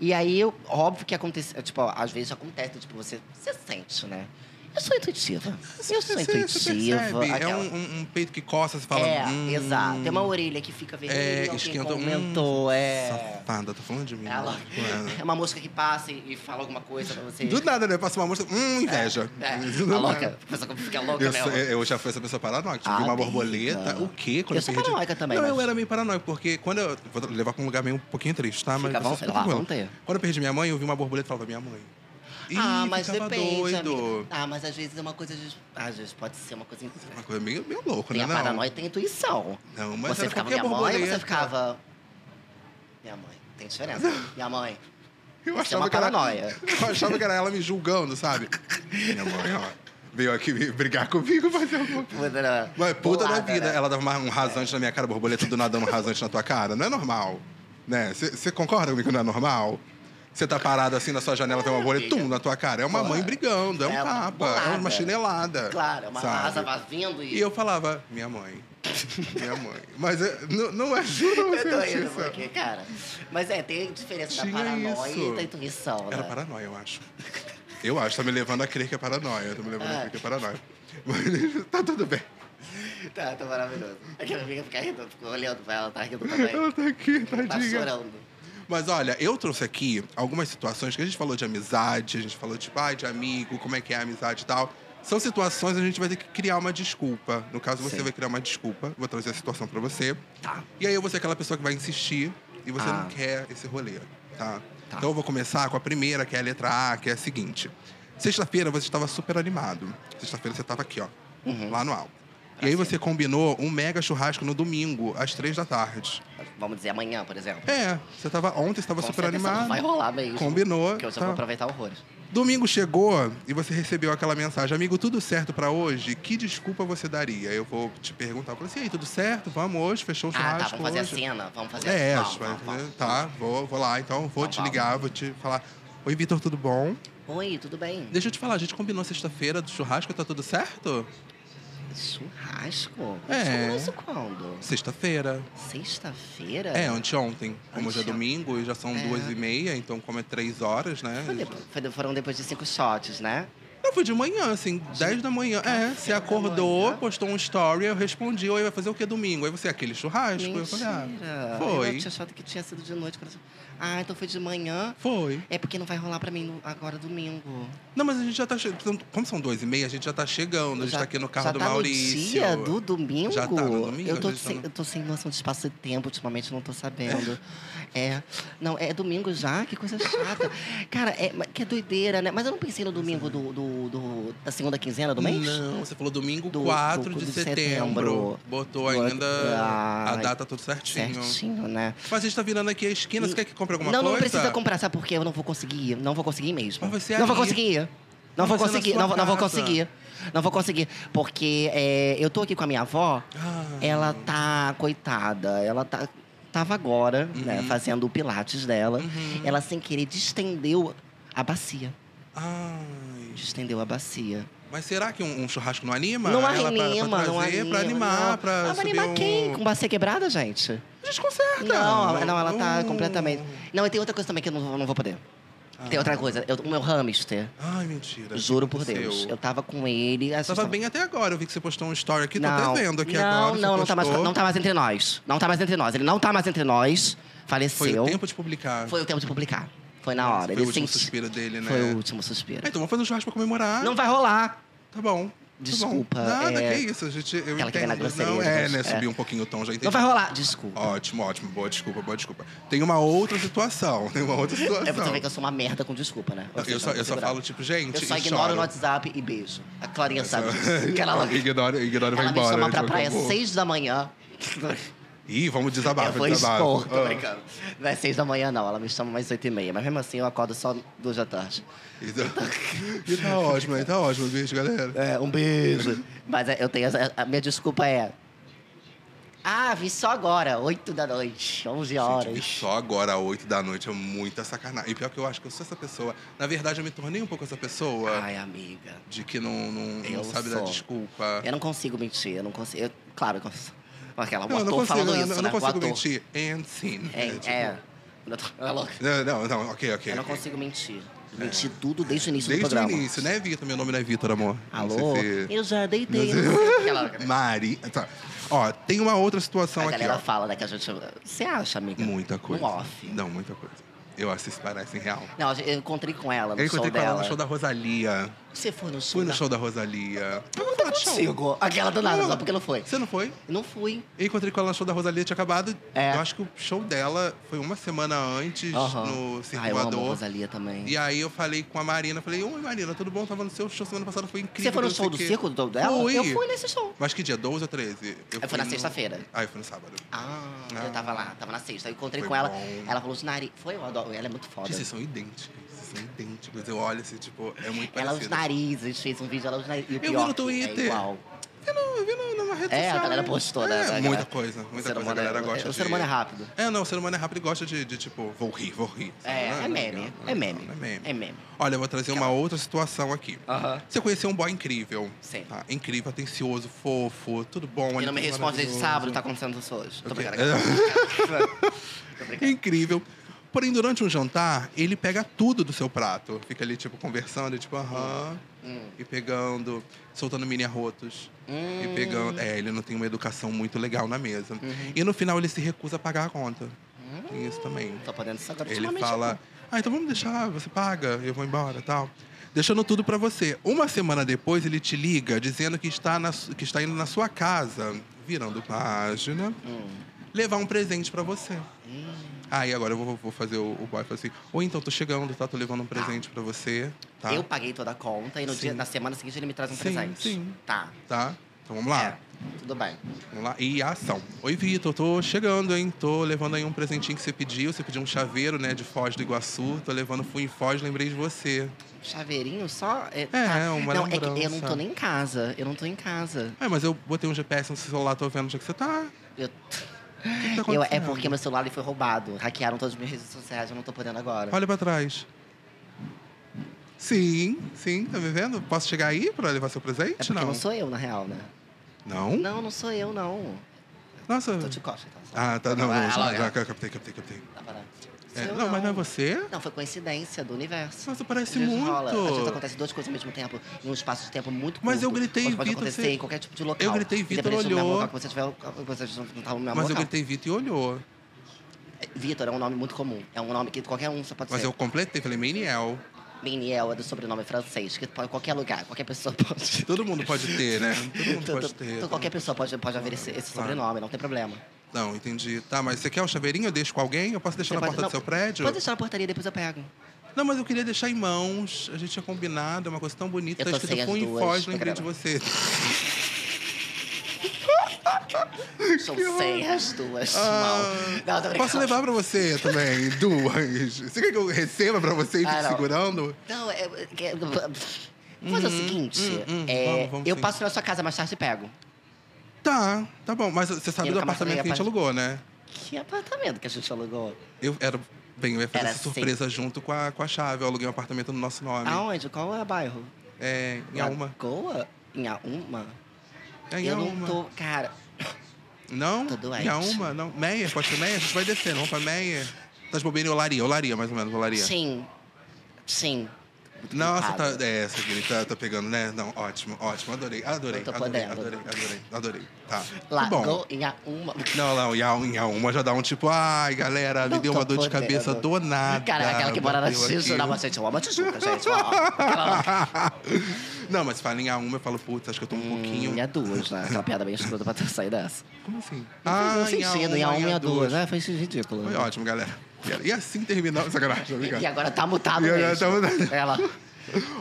Speaker 6: E aí, eu, óbvio que acontece. Tipo, ó, às vezes acontece, tipo, você, você sente, né? Eu sou intuitiva. Eu sou
Speaker 5: Você- você
Speaker 6: intuitiva.
Speaker 5: percebe? É
Speaker 6: é aquela-
Speaker 5: um, um- um peito que coça, você fala.
Speaker 6: É,
Speaker 5: "Hum,
Speaker 6: exato. Tem uma orelha que fica vermelha,
Speaker 5: É,
Speaker 6: alguém
Speaker 5: esquenta um.
Speaker 6: comentou, é.
Speaker 5: Safada, tá falando de mim.
Speaker 6: Ela,
Speaker 5: né? Com ela.
Speaker 6: é uma mosca que passa e, e fala alguma coisa pra você.
Speaker 5: Do nada, né? Passa uma música. Hum, inveja.
Speaker 6: É, a louca. A pessoa fica louca,
Speaker 5: Eu,
Speaker 6: né?
Speaker 5: sou- eu já fui essa pessoa paranoica. Tive
Speaker 6: Ah,
Speaker 5: uma
Speaker 6: amiga.
Speaker 5: borboleta. O quê?
Speaker 6: Eu sou paranoica também,
Speaker 5: Não,
Speaker 6: mas-
Speaker 5: eu era meio paranoico, porque quando eu. Vou levar pra um lugar meio um pouquinho triste, tá?
Speaker 6: Fica à
Speaker 5: vocês
Speaker 6: vontade,
Speaker 5: ficam
Speaker 6: lá,
Speaker 5: tranquilos.
Speaker 6: vamos ter.
Speaker 5: Quando eu perdi minha mãe, eu vi uma borboleta e falava, minha mãe. Ih,
Speaker 6: ah, mas
Speaker 5: ficava
Speaker 6: depende,
Speaker 5: doido.
Speaker 6: amiga. Ah, mas às vezes é uma coisa de... Às vezes pode ser uma coisa...
Speaker 5: Uma coisa meio, meio louco,
Speaker 6: Tem
Speaker 5: né?
Speaker 6: a
Speaker 5: Não.
Speaker 6: paranoia e tem a intuição.
Speaker 5: Não, mas
Speaker 6: você
Speaker 5: era
Speaker 6: ficava
Speaker 5: qualquer
Speaker 6: minha mãe ou
Speaker 5: borboleta.
Speaker 6: você ficava... Minha mãe. Tem diferença. Minha mãe.
Speaker 5: Eu
Speaker 6: é
Speaker 5: achava
Speaker 6: uma
Speaker 5: que era-
Speaker 6: paranoia.
Speaker 5: eu achava que era ela me julgando, sabe? minha mãe, ó. Veio aqui brigar comigo, fazer alguma coisa.
Speaker 6: Puta na-
Speaker 5: Mas é puta da
Speaker 6: bolada,
Speaker 5: vida.
Speaker 6: né?
Speaker 5: Ela dava uma- um rasante na minha cara, borboleta do nada dando um rasante na tua cara. Não é normal. Né? Você concorda comigo que não é normal? Você tá parado assim na sua janela, tem uma borboleta tum, na tua cara. É uma
Speaker 6: Porra.
Speaker 5: mãe brigando, é um
Speaker 6: É uma
Speaker 5: tapa, é
Speaker 6: bolada.
Speaker 5: uma chinelada.
Speaker 6: Claro, é uma
Speaker 5: sabe?
Speaker 6: rasa vai vindo e...
Speaker 5: E eu falava, minha mãe. minha mãe. Mas eu- não, não é, juro
Speaker 6: Eu tô
Speaker 5: você
Speaker 6: indo
Speaker 5: isso.
Speaker 6: por aqui, cara. Mas é, tem diferença
Speaker 5: Tinha
Speaker 6: da paranoia
Speaker 5: isso.
Speaker 6: e da intuição, né?
Speaker 5: Era paranoia, eu acho. Eu acho, tá me levando a crer que é paranoia. Tá me levando a
Speaker 6: Ah.
Speaker 5: crer que é paranoia. Mas tá tudo bem.
Speaker 6: Tá, tá maravilhoso. Aquela amiga fica rindo, fica olhando pra ela, tá rindo também.
Speaker 5: Ela tá aqui, tadinha.
Speaker 6: Tá chorando.
Speaker 5: Mas olha, eu trouxe aqui algumas situações que a gente falou de amizade, a gente falou tipo, ah, de amigo, como é que é a amizade e tal. São situações que a gente vai ter que criar uma desculpa. No caso, você
Speaker 6: Sim.
Speaker 5: vai criar uma desculpa, vou trazer a situação pra você.
Speaker 6: Tá.
Speaker 5: E aí eu vou ser aquela pessoa que vai insistir e você
Speaker 6: Ah.
Speaker 5: não quer esse rolê, tá?
Speaker 6: Tá.
Speaker 5: Então eu vou começar com a primeira, que é a letra A, que é a seguinte. Sexta-feira você estava super animado. Sexta-feira você estava aqui, ó,
Speaker 6: Uhum.
Speaker 5: lá no alto.
Speaker 6: Ah,
Speaker 5: E aí você combinou um mega churrasco no domingo, às três da tarde.
Speaker 6: Vamos dizer amanhã, por exemplo.
Speaker 5: É, você tava ontem, você tava
Speaker 6: Com
Speaker 5: super
Speaker 6: certeza
Speaker 5: animado.
Speaker 6: Não vai rolar mesmo.
Speaker 5: Combinou.
Speaker 6: Porque eu já
Speaker 5: tá.
Speaker 6: vou aproveitar horrores.
Speaker 5: Domingo chegou e você recebeu aquela mensagem, amigo, tudo certo pra hoje? Que desculpa você daria? Eu vou te perguntar. Eu falei assim, e aí, tudo certo? Vamos hoje, fechou o
Speaker 6: Ah,
Speaker 5: churrasco
Speaker 6: tá, vamos fazer a
Speaker 5: hoje.
Speaker 6: cena. Vamos fazer
Speaker 5: É,
Speaker 6: a
Speaker 5: acho que
Speaker 6: cena.
Speaker 5: vai- tá, vou, vou lá, então vou
Speaker 6: Então
Speaker 5: te
Speaker 6: vamos.
Speaker 5: ligar, vou te falar. Oi, Vitor, tudo bom?
Speaker 6: Oi, tudo bem?
Speaker 5: Deixa eu te falar, a gente combinou sexta-feira do churrasco, tá tudo certo?
Speaker 6: Churrasco?
Speaker 5: É.
Speaker 6: Descobriu isso quando?
Speaker 5: Sexta-feira.
Speaker 6: Ssexta-feira?
Speaker 5: É, anteontem. Como hoje é
Speaker 6: Anteontem.
Speaker 5: domingo e já são
Speaker 6: É.
Speaker 5: duas e meia, então como é três horas, né?
Speaker 6: Foi depois- foi- foram depois de cinco shots, né?
Speaker 5: Não, foi de manhã, assim, 10 da manhã. É, você acordou,
Speaker 6: manhã.
Speaker 5: postou um story, eu respondi, oi, vai fazer o que domingo? Aí você, aquele churrasco? Eu falei, ah,
Speaker 6: Mentira. Eu
Speaker 5: foi.
Speaker 6: tinha achado que tinha sido de noite. quando eu- Ah, então foi de manhã.
Speaker 5: Foi.
Speaker 6: É porque não vai rolar pra mim no- agora domingo.
Speaker 5: Não, mas a gente já tá chegando. Como são dois e meia, a gente já tá chegando. A gente tá aqui no carro
Speaker 6: já
Speaker 5: do
Speaker 6: tá
Speaker 5: Maurício.
Speaker 6: No dia do domingo?
Speaker 5: Já tá no domingo,
Speaker 6: Eu tô,
Speaker 5: a gente tá
Speaker 6: sem,
Speaker 5: no-
Speaker 6: eu tô sem noção de espaço e tempo ultimamente, não tô sabendo. É. Não, é domingo já? Que coisa chata. Cara, é, mas que doideira, né? Mas eu não pensei no domingo do, do, do, do- da segunda quinzena do mês?
Speaker 5: Não, você falou domingo
Speaker 6: Do-
Speaker 5: 4
Speaker 6: do-
Speaker 5: de
Speaker 6: de
Speaker 5: setembro.
Speaker 6: setembro.
Speaker 5: Botou
Speaker 6: Agora-
Speaker 5: ainda
Speaker 6: Ah,
Speaker 5: a data tudo certinho.
Speaker 6: Certinho, né?
Speaker 5: Mas a gente tá virando aqui a esquina,
Speaker 6: E-
Speaker 5: você quer que compre alguma
Speaker 6: não,
Speaker 5: coisa?
Speaker 6: não precisa comprar, sabe por quê? Eu não vou conseguir, não vou conseguir mesmo.
Speaker 5: Mas você é
Speaker 6: não vou
Speaker 5: ali.
Speaker 6: conseguir. Não
Speaker 5: Mas
Speaker 6: vou
Speaker 5: você é na
Speaker 6: conseguir,
Speaker 5: sua
Speaker 6: não, vou- não vou
Speaker 5: casa.
Speaker 6: conseguir. Não vou conseguir. Porque é, eu tô aqui com a minha avó,
Speaker 5: Ah,
Speaker 6: ela tá, coitada, ela tá. Tava agora, né,
Speaker 5: Uhum.
Speaker 6: fazendo o Pilates dela.
Speaker 5: Uhum.
Speaker 6: Ela sem querer distendeu a bacia.
Speaker 5: Ai.
Speaker 6: Distendeu a bacia.
Speaker 5: Mas será que um, um churrasco não anima?
Speaker 6: não
Speaker 5: ela pra- pra
Speaker 6: anima, não
Speaker 5: trazer,
Speaker 6: anima.
Speaker 5: Pra animar,
Speaker 6: não.
Speaker 5: pra
Speaker 6: Ah, vai
Speaker 5: subir
Speaker 6: animar
Speaker 5: um...
Speaker 6: quem? Com bacia quebrada, gente?
Speaker 5: Desconcerta.
Speaker 6: Não, não, ela tá
Speaker 5: Hum.
Speaker 6: completamente. Não, e tem outra coisa também que eu não, vou- não vou poder.
Speaker 5: Ah.
Speaker 6: Tem outra coisa. Eu- o meu hamster,
Speaker 5: Ai, mentira.
Speaker 6: juro por
Speaker 5: Seu.
Speaker 6: Deus. Eu tava com ele. a gente
Speaker 5: Tava bem até agora, eu vi que você postou um story aqui, tô
Speaker 6: Não,
Speaker 5: até vendo aqui
Speaker 6: não,
Speaker 5: agora. você
Speaker 6: Não, não tá, mais,
Speaker 5: postou.
Speaker 6: não tá mais entre nós. Não tá mais entre nós. Ele não tá mais entre nós.
Speaker 5: Foi
Speaker 6: Faleceu.
Speaker 5: o tempo de publicar.
Speaker 6: Foi o tempo de publicar. Foi na hora.
Speaker 5: Foi
Speaker 6: ele
Speaker 5: o último
Speaker 6: senti-
Speaker 5: suspiro dele, né?
Speaker 6: Foi o último suspiro.
Speaker 5: Ah, então vamos fazer um churrasco pra comemorar.
Speaker 6: Não vai rolar.
Speaker 5: Tá bom. tá
Speaker 6: Desculpa,
Speaker 5: bom. Nada,
Speaker 6: é-
Speaker 5: que isso. A gente, eu
Speaker 6: Ela que vem na
Speaker 5: entendo.
Speaker 6: grosseria,
Speaker 5: Não, é,
Speaker 6: gente,
Speaker 5: né?
Speaker 6: é.
Speaker 5: Subir um pouquinho o tom, já entendi.
Speaker 6: Não vai rolar. Desculpa.
Speaker 5: Ótimo, ótimo. Boa desculpa, boa desculpa. Tem uma outra situação. Tem uma outra situação.
Speaker 6: É pra você ver que eu sou uma merda com desculpa, né?
Speaker 5: Não, eu só, eu só falo, tipo, gente.
Speaker 6: Eu só
Speaker 5: e
Speaker 6: ignoro
Speaker 5: choro.
Speaker 6: no WhatsApp e beijo. A Clarinha sabe disso. Que ela,
Speaker 5: Ignora, ignora, ignora e Então, vai
Speaker 6: ela me
Speaker 5: embora.
Speaker 6: chama pra
Speaker 5: tipo,
Speaker 6: praia
Speaker 5: acabou.
Speaker 6: às seis É, da manhã.
Speaker 5: Ih, vamos Ah. desabafar,
Speaker 6: eu vou
Speaker 5: desabafo.
Speaker 6: expor, tô brincando. Não é seis da manhã, não. Ela me chama mais oito e meia. Mas mesmo assim, eu acordo só duas da tarde.
Speaker 5: Então, e tá ótimo, aí tá ótimo, beijo, galera.
Speaker 6: É, um beijo. Mas é, eu tenho... essa- A minha desculpa é... Ah, vi só agora, oito da noite, onze
Speaker 5: Gente, vi
Speaker 6: horas.
Speaker 5: só agora, às 8 da noite, é muita sacanagem. E pior que eu acho que eu sou essa pessoa. Na verdade, eu me tornei um pouco essa pessoa
Speaker 6: Ai, amiga.
Speaker 5: de que não, não, não
Speaker 6: Eu
Speaker 5: sabe
Speaker 6: sou.
Speaker 5: dar desculpa.
Speaker 6: Eu não consigo mentir, eu não consigo... eu- claro, eu consigo. Aquela, o
Speaker 5: Não, eu não
Speaker 6: ator
Speaker 5: consigo,
Speaker 6: falando
Speaker 5: eu,
Speaker 6: isso,
Speaker 5: não- eu
Speaker 6: né?
Speaker 5: não
Speaker 6: O
Speaker 5: consigo
Speaker 6: ator.
Speaker 5: mentir. And scene.
Speaker 6: É,
Speaker 5: tipo,
Speaker 6: é. Eu tô- é louco.
Speaker 5: Não, não, não, ok, ok.
Speaker 6: Eu não
Speaker 5: ok.
Speaker 6: consigo mentir. Mentir tudo desde o início do
Speaker 5: Desde o
Speaker 6: programa.
Speaker 5: início, né, Vitor? Meu nome não é Vitor, amor. Não sei
Speaker 6: Alô?
Speaker 5: se-
Speaker 6: Eu já deitei. não sei o que ela-
Speaker 5: Mari. Tá. Ó, tem uma outra situação
Speaker 6: A
Speaker 5: aqui,
Speaker 6: galera
Speaker 5: ó.
Speaker 6: fala, né, que a gente... Você acha, amiga?
Speaker 5: Muita coisa.
Speaker 6: Um off.
Speaker 5: Não, muita coisa. Eu acho que isso parece em real.
Speaker 6: Não, eu encontrei com ela no
Speaker 5: Eu
Speaker 6: show
Speaker 5: encontrei com
Speaker 6: dela.
Speaker 5: ela no show da Rosalia.
Speaker 6: Você foi no show
Speaker 5: Fui no
Speaker 6: da-
Speaker 5: show da Rosalia. Eu vou
Speaker 6: Eu
Speaker 5: falar
Speaker 6: não
Speaker 5: de show.
Speaker 6: consigo. Aquela do nada, só porque não foi.
Speaker 5: Você não foi?
Speaker 6: Eu Não fui.
Speaker 5: Eu encontrei com ela no show da Rosalia, tinha acabado.
Speaker 6: É.
Speaker 5: Eu acho que o show dela foi uma semana antes
Speaker 6: Aham.
Speaker 5: no
Speaker 6: Ah, eu amo a
Speaker 5: Circulador.
Speaker 6: Rosalia também.
Speaker 5: e aí eu falei com a Marina, falei, oi Marina, tudo bom? Tava no seu show semana passada, foi incrível.
Speaker 6: Você foi no
Speaker 5: não sei
Speaker 6: show do
Speaker 5: o quê."
Speaker 6: circo do- dela?
Speaker 5: Fui.
Speaker 6: Eu fui nesse show.
Speaker 5: Mas que dia? 12 ou 13?
Speaker 6: Eu fui na sexta-feira.
Speaker 5: Ah, eu fui no sábado.
Speaker 6: Ah,
Speaker 5: Ah.
Speaker 6: eu tava lá, tava na sexta. Eu encontrei
Speaker 5: Foi
Speaker 6: com ela.
Speaker 5: bom.
Speaker 6: Ela falou os nariz. Foi, eu adoro. Ela é muito foda.
Speaker 5: Gente, vocês são idênticos. Vocês são idênticos. Eu olho assim, tipo, é muito
Speaker 6: Ela os
Speaker 5: parecido.
Speaker 6: narizes, fez um vídeo, ela os narizes. E o
Speaker 5: vi
Speaker 6: pior
Speaker 5: no
Speaker 6: que
Speaker 5: Twitter.
Speaker 6: É igual.
Speaker 5: Eu não, eu vi no- numa rede
Speaker 6: É,
Speaker 5: social.
Speaker 6: a galera
Speaker 5: né?
Speaker 6: postou,
Speaker 5: É,
Speaker 6: né? A
Speaker 5: muita
Speaker 6: galera-
Speaker 5: coisa,
Speaker 6: o
Speaker 5: muita
Speaker 6: ser
Speaker 5: coisa. A
Speaker 6: humano é-
Speaker 5: galera gosta
Speaker 6: O
Speaker 5: de...
Speaker 6: ser humano é rápido.
Speaker 5: É, não, o ser humano é rápido e gosta de, de, tipo, vou rir, vou rir.
Speaker 6: É,
Speaker 5: sabe?
Speaker 6: é meme, é meme,
Speaker 5: É meme.
Speaker 6: é meme.
Speaker 5: Olha, eu vou trazer uma outra situação aqui.
Speaker 6: Aham.
Speaker 5: Você conheceu um boy incrível.
Speaker 6: Sim.
Speaker 5: tá? Incrível, atencioso, fofo, tudo bom. é
Speaker 6: Ele não me responde desde
Speaker 5: maravilhoso.
Speaker 6: sábado, tá acontecendo isso hoje. Tô
Speaker 5: Ok. É
Speaker 6: brincando. Tô brincando.
Speaker 5: Incrível. Porém, durante um jantar, ele pega tudo do seu prato. Fica ali, tipo, conversando, e tipo, aham.
Speaker 6: Hum.
Speaker 5: E pegando, soltando mini arrotos.
Speaker 6: Hum.
Speaker 5: E pegando. É, ele não tem uma educação muito legal na mesa.
Speaker 6: Uhum.
Speaker 5: E no final, ele se recusa a pagar a conta. Tem
Speaker 6: Hum.
Speaker 5: isso também.
Speaker 6: Tô podendo isso agora
Speaker 5: Ele
Speaker 6: ultimamente, tipo,
Speaker 5: fala, ah, então vamos deixar, você paga, eu vou embora tal. Deixando tudo pra você. Uma semana depois, ele te liga dizendo que está, na su- que está indo na sua casa, virando página,
Speaker 6: Hum.
Speaker 5: levar um presente pra você. Aí agora eu vou, vou fazer o, o boy falar assim, ou então tô chegando, tá? Tô levando um presente pra você, tá?
Speaker 6: Eu paguei toda a conta e no
Speaker 5: Sim.
Speaker 6: dia, na semana seguinte ele me traz um
Speaker 5: Sim,
Speaker 6: presente.
Speaker 5: sim.
Speaker 6: Tá.
Speaker 5: Tá? Então vamos lá.
Speaker 6: É, tudo bem.
Speaker 5: Vamos lá. E a ação. Oi, Vitor, tô chegando, hein? Tô levando aí um presentinho que você pediu. Você pediu um chaveiro, né? De Foz do Iguaçu. Tô levando, fui em Foz, lembrei de você.
Speaker 6: Chaveirinho só. É,
Speaker 5: é uma
Speaker 6: não, é que eu
Speaker 5: lembrança.
Speaker 6: não tô nem em casa. Eu não tô em casa.
Speaker 5: É, mas eu botei um GPS no seu celular, tô vendo onde é que você tá.
Speaker 6: Eu,
Speaker 5: O que que tá
Speaker 6: eu- é
Speaker 5: acontecendo?
Speaker 6: porque meu celular ele foi roubado. Hackearam todas as minhas redes sociais, eu não tô podendo agora.
Speaker 5: Olha pra trás. Sim, sim, tá me vendo? Posso chegar aí pra levar seu
Speaker 6: é
Speaker 5: presente?
Speaker 6: porque não.
Speaker 5: não. Hum?
Speaker 6: sou eu, na real, né?
Speaker 5: Não?
Speaker 6: Não, não sou eu, não.
Speaker 5: Nossa.
Speaker 6: Tô de costa, então. só.
Speaker 5: Ah, tá. Não, não,
Speaker 6: Ah,
Speaker 5: já,
Speaker 6: logo,
Speaker 5: já,
Speaker 6: é.
Speaker 5: captei, captei, captei.
Speaker 6: Tá parado. Sou
Speaker 5: É,
Speaker 6: eu,
Speaker 5: não, mas não é você?
Speaker 6: Não, foi coincidência do universo.
Speaker 5: Nossa, parece
Speaker 6: Desrola. Às vezes
Speaker 5: muito.
Speaker 6: acontece duas coisas ao mesmo tempo, em um espaço de tempo muito curto.
Speaker 5: Mas eu gritei,
Speaker 6: Ou Pode
Speaker 5: Vitor,
Speaker 6: acontecer
Speaker 5: você-
Speaker 6: em qualquer tipo de local.
Speaker 5: Eu gritei, Vitor
Speaker 6: Independente do mesmo
Speaker 5: olhou.
Speaker 6: local que você tiver, que você não tá no mesmo
Speaker 5: Mas eu
Speaker 6: local.
Speaker 5: gritei Vitor e olhou.
Speaker 6: Vitor é um nome muito comum. É um nome que qualquer um só pode
Speaker 5: Mas
Speaker 6: ser.
Speaker 5: eu completei, falei, Meniel.
Speaker 6: Meniel é do sobrenome francês, que pode, qualquer lugar, qualquer pessoa pode...
Speaker 5: Todo mundo pode ter, né? Todo mundo
Speaker 6: Todo-
Speaker 5: pode ter.
Speaker 6: todo- qualquer pessoa pode, pode haver esse, esse
Speaker 5: Claro.
Speaker 6: sobrenome, não tem problema.
Speaker 5: Não, entendi. Tá, mas você quer o chaveirinho? Eu um deixo com alguém? Eu posso deixar na
Speaker 6: Você pode-
Speaker 5: porta
Speaker 6: não,
Speaker 5: do seu prédio?
Speaker 6: Pode deixar na portaria, depois eu pego.
Speaker 5: Não, mas eu queria deixar em mãos. A gente tinha combinado, é uma coisa tão bonita.
Speaker 6: Eu
Speaker 5: Tá
Speaker 6: tô
Speaker 5: escrito
Speaker 6: sem as
Speaker 5: com em
Speaker 6: duas,
Speaker 5: Foz, lembrei
Speaker 6: Caramba.
Speaker 5: de você.
Speaker 6: São sem as duas.
Speaker 5: Ah,
Speaker 6: mal. Não, tô brincando.
Speaker 5: posso levar pra você também, duas. Você quer que eu receba pra você e fique
Speaker 6: Ah, não.
Speaker 5: segurando?
Speaker 6: Não, é. é- Vamos fazer o seguinte.
Speaker 5: hum, hum.
Speaker 6: é,
Speaker 5: Vamos, vamos
Speaker 6: eu
Speaker 5: sim.
Speaker 6: passo na sua casa mais tarde e pego.
Speaker 5: Tá, tá bom. Mas você sabe
Speaker 6: Eu
Speaker 5: do
Speaker 6: nunca mais
Speaker 5: apartamento que a gente
Speaker 6: falei,
Speaker 5: alugou, né?
Speaker 6: Que apartamento que a gente alugou?
Speaker 5: Eu era. Bem, eu ia fazer
Speaker 6: Era assim.
Speaker 5: essa surpresa junto com a, com a chave. Eu aluguei um apartamento no nosso nome.
Speaker 6: Aonde? Qual é o bairro?
Speaker 5: É, em Alma.
Speaker 6: Goa? Em Alma?
Speaker 5: É, em
Speaker 6: eu
Speaker 5: Alma.
Speaker 6: não tô. Cara,
Speaker 5: Não?
Speaker 6: Tô doente.
Speaker 5: Em Alma, não. Meia, pode ser meia? A gente vai descendo. Vamos pra meia. Tá de bobeira em Olaria, Olaria, mais ou menos, Olaria.
Speaker 6: sim. Sim. Muito
Speaker 5: Nossa, tá,
Speaker 6: gripada.
Speaker 5: é, essa aqui, tá, tá pegando, né? Não, ótimo, ótimo, adorei, adorei,
Speaker 6: Eu tô
Speaker 5: adorei,
Speaker 6: podendo.
Speaker 5: adorei, adorei, adorei, tá.
Speaker 6: Lá,
Speaker 5: Tá bom.
Speaker 6: Goa, em Alma.
Speaker 5: Não, não, e a, e a uma já dá um tipo, ai, galera, me
Speaker 6: Não
Speaker 5: deu
Speaker 6: tô
Speaker 5: uma dor de cabeça
Speaker 6: podendo.
Speaker 5: do nada.
Speaker 6: Cara, é aquela que mora na
Speaker 5: bateu Ah, aqui.
Speaker 6: Tijuca. Não, mas gente, eu amo a Tijuca, gente. assim, ó. Aquela-
Speaker 5: Não, mas fala em a uma, eu falo, putz, acho que eu tô
Speaker 6: Hum,
Speaker 5: um pouquinho...
Speaker 6: Em a duas, né? Aquela piada bem escrota pra ter saído dessa.
Speaker 5: Como assim?
Speaker 6: Não
Speaker 5: em
Speaker 6: fez sentido, em a uma e a duas. né? Foi ridículo.
Speaker 5: Foi ótimo, galera. E assim terminamos, sacanagem, obrigado.
Speaker 6: E agora tá mutado
Speaker 5: E agora
Speaker 6: mesmo.
Speaker 5: tá mutado.
Speaker 6: Ela.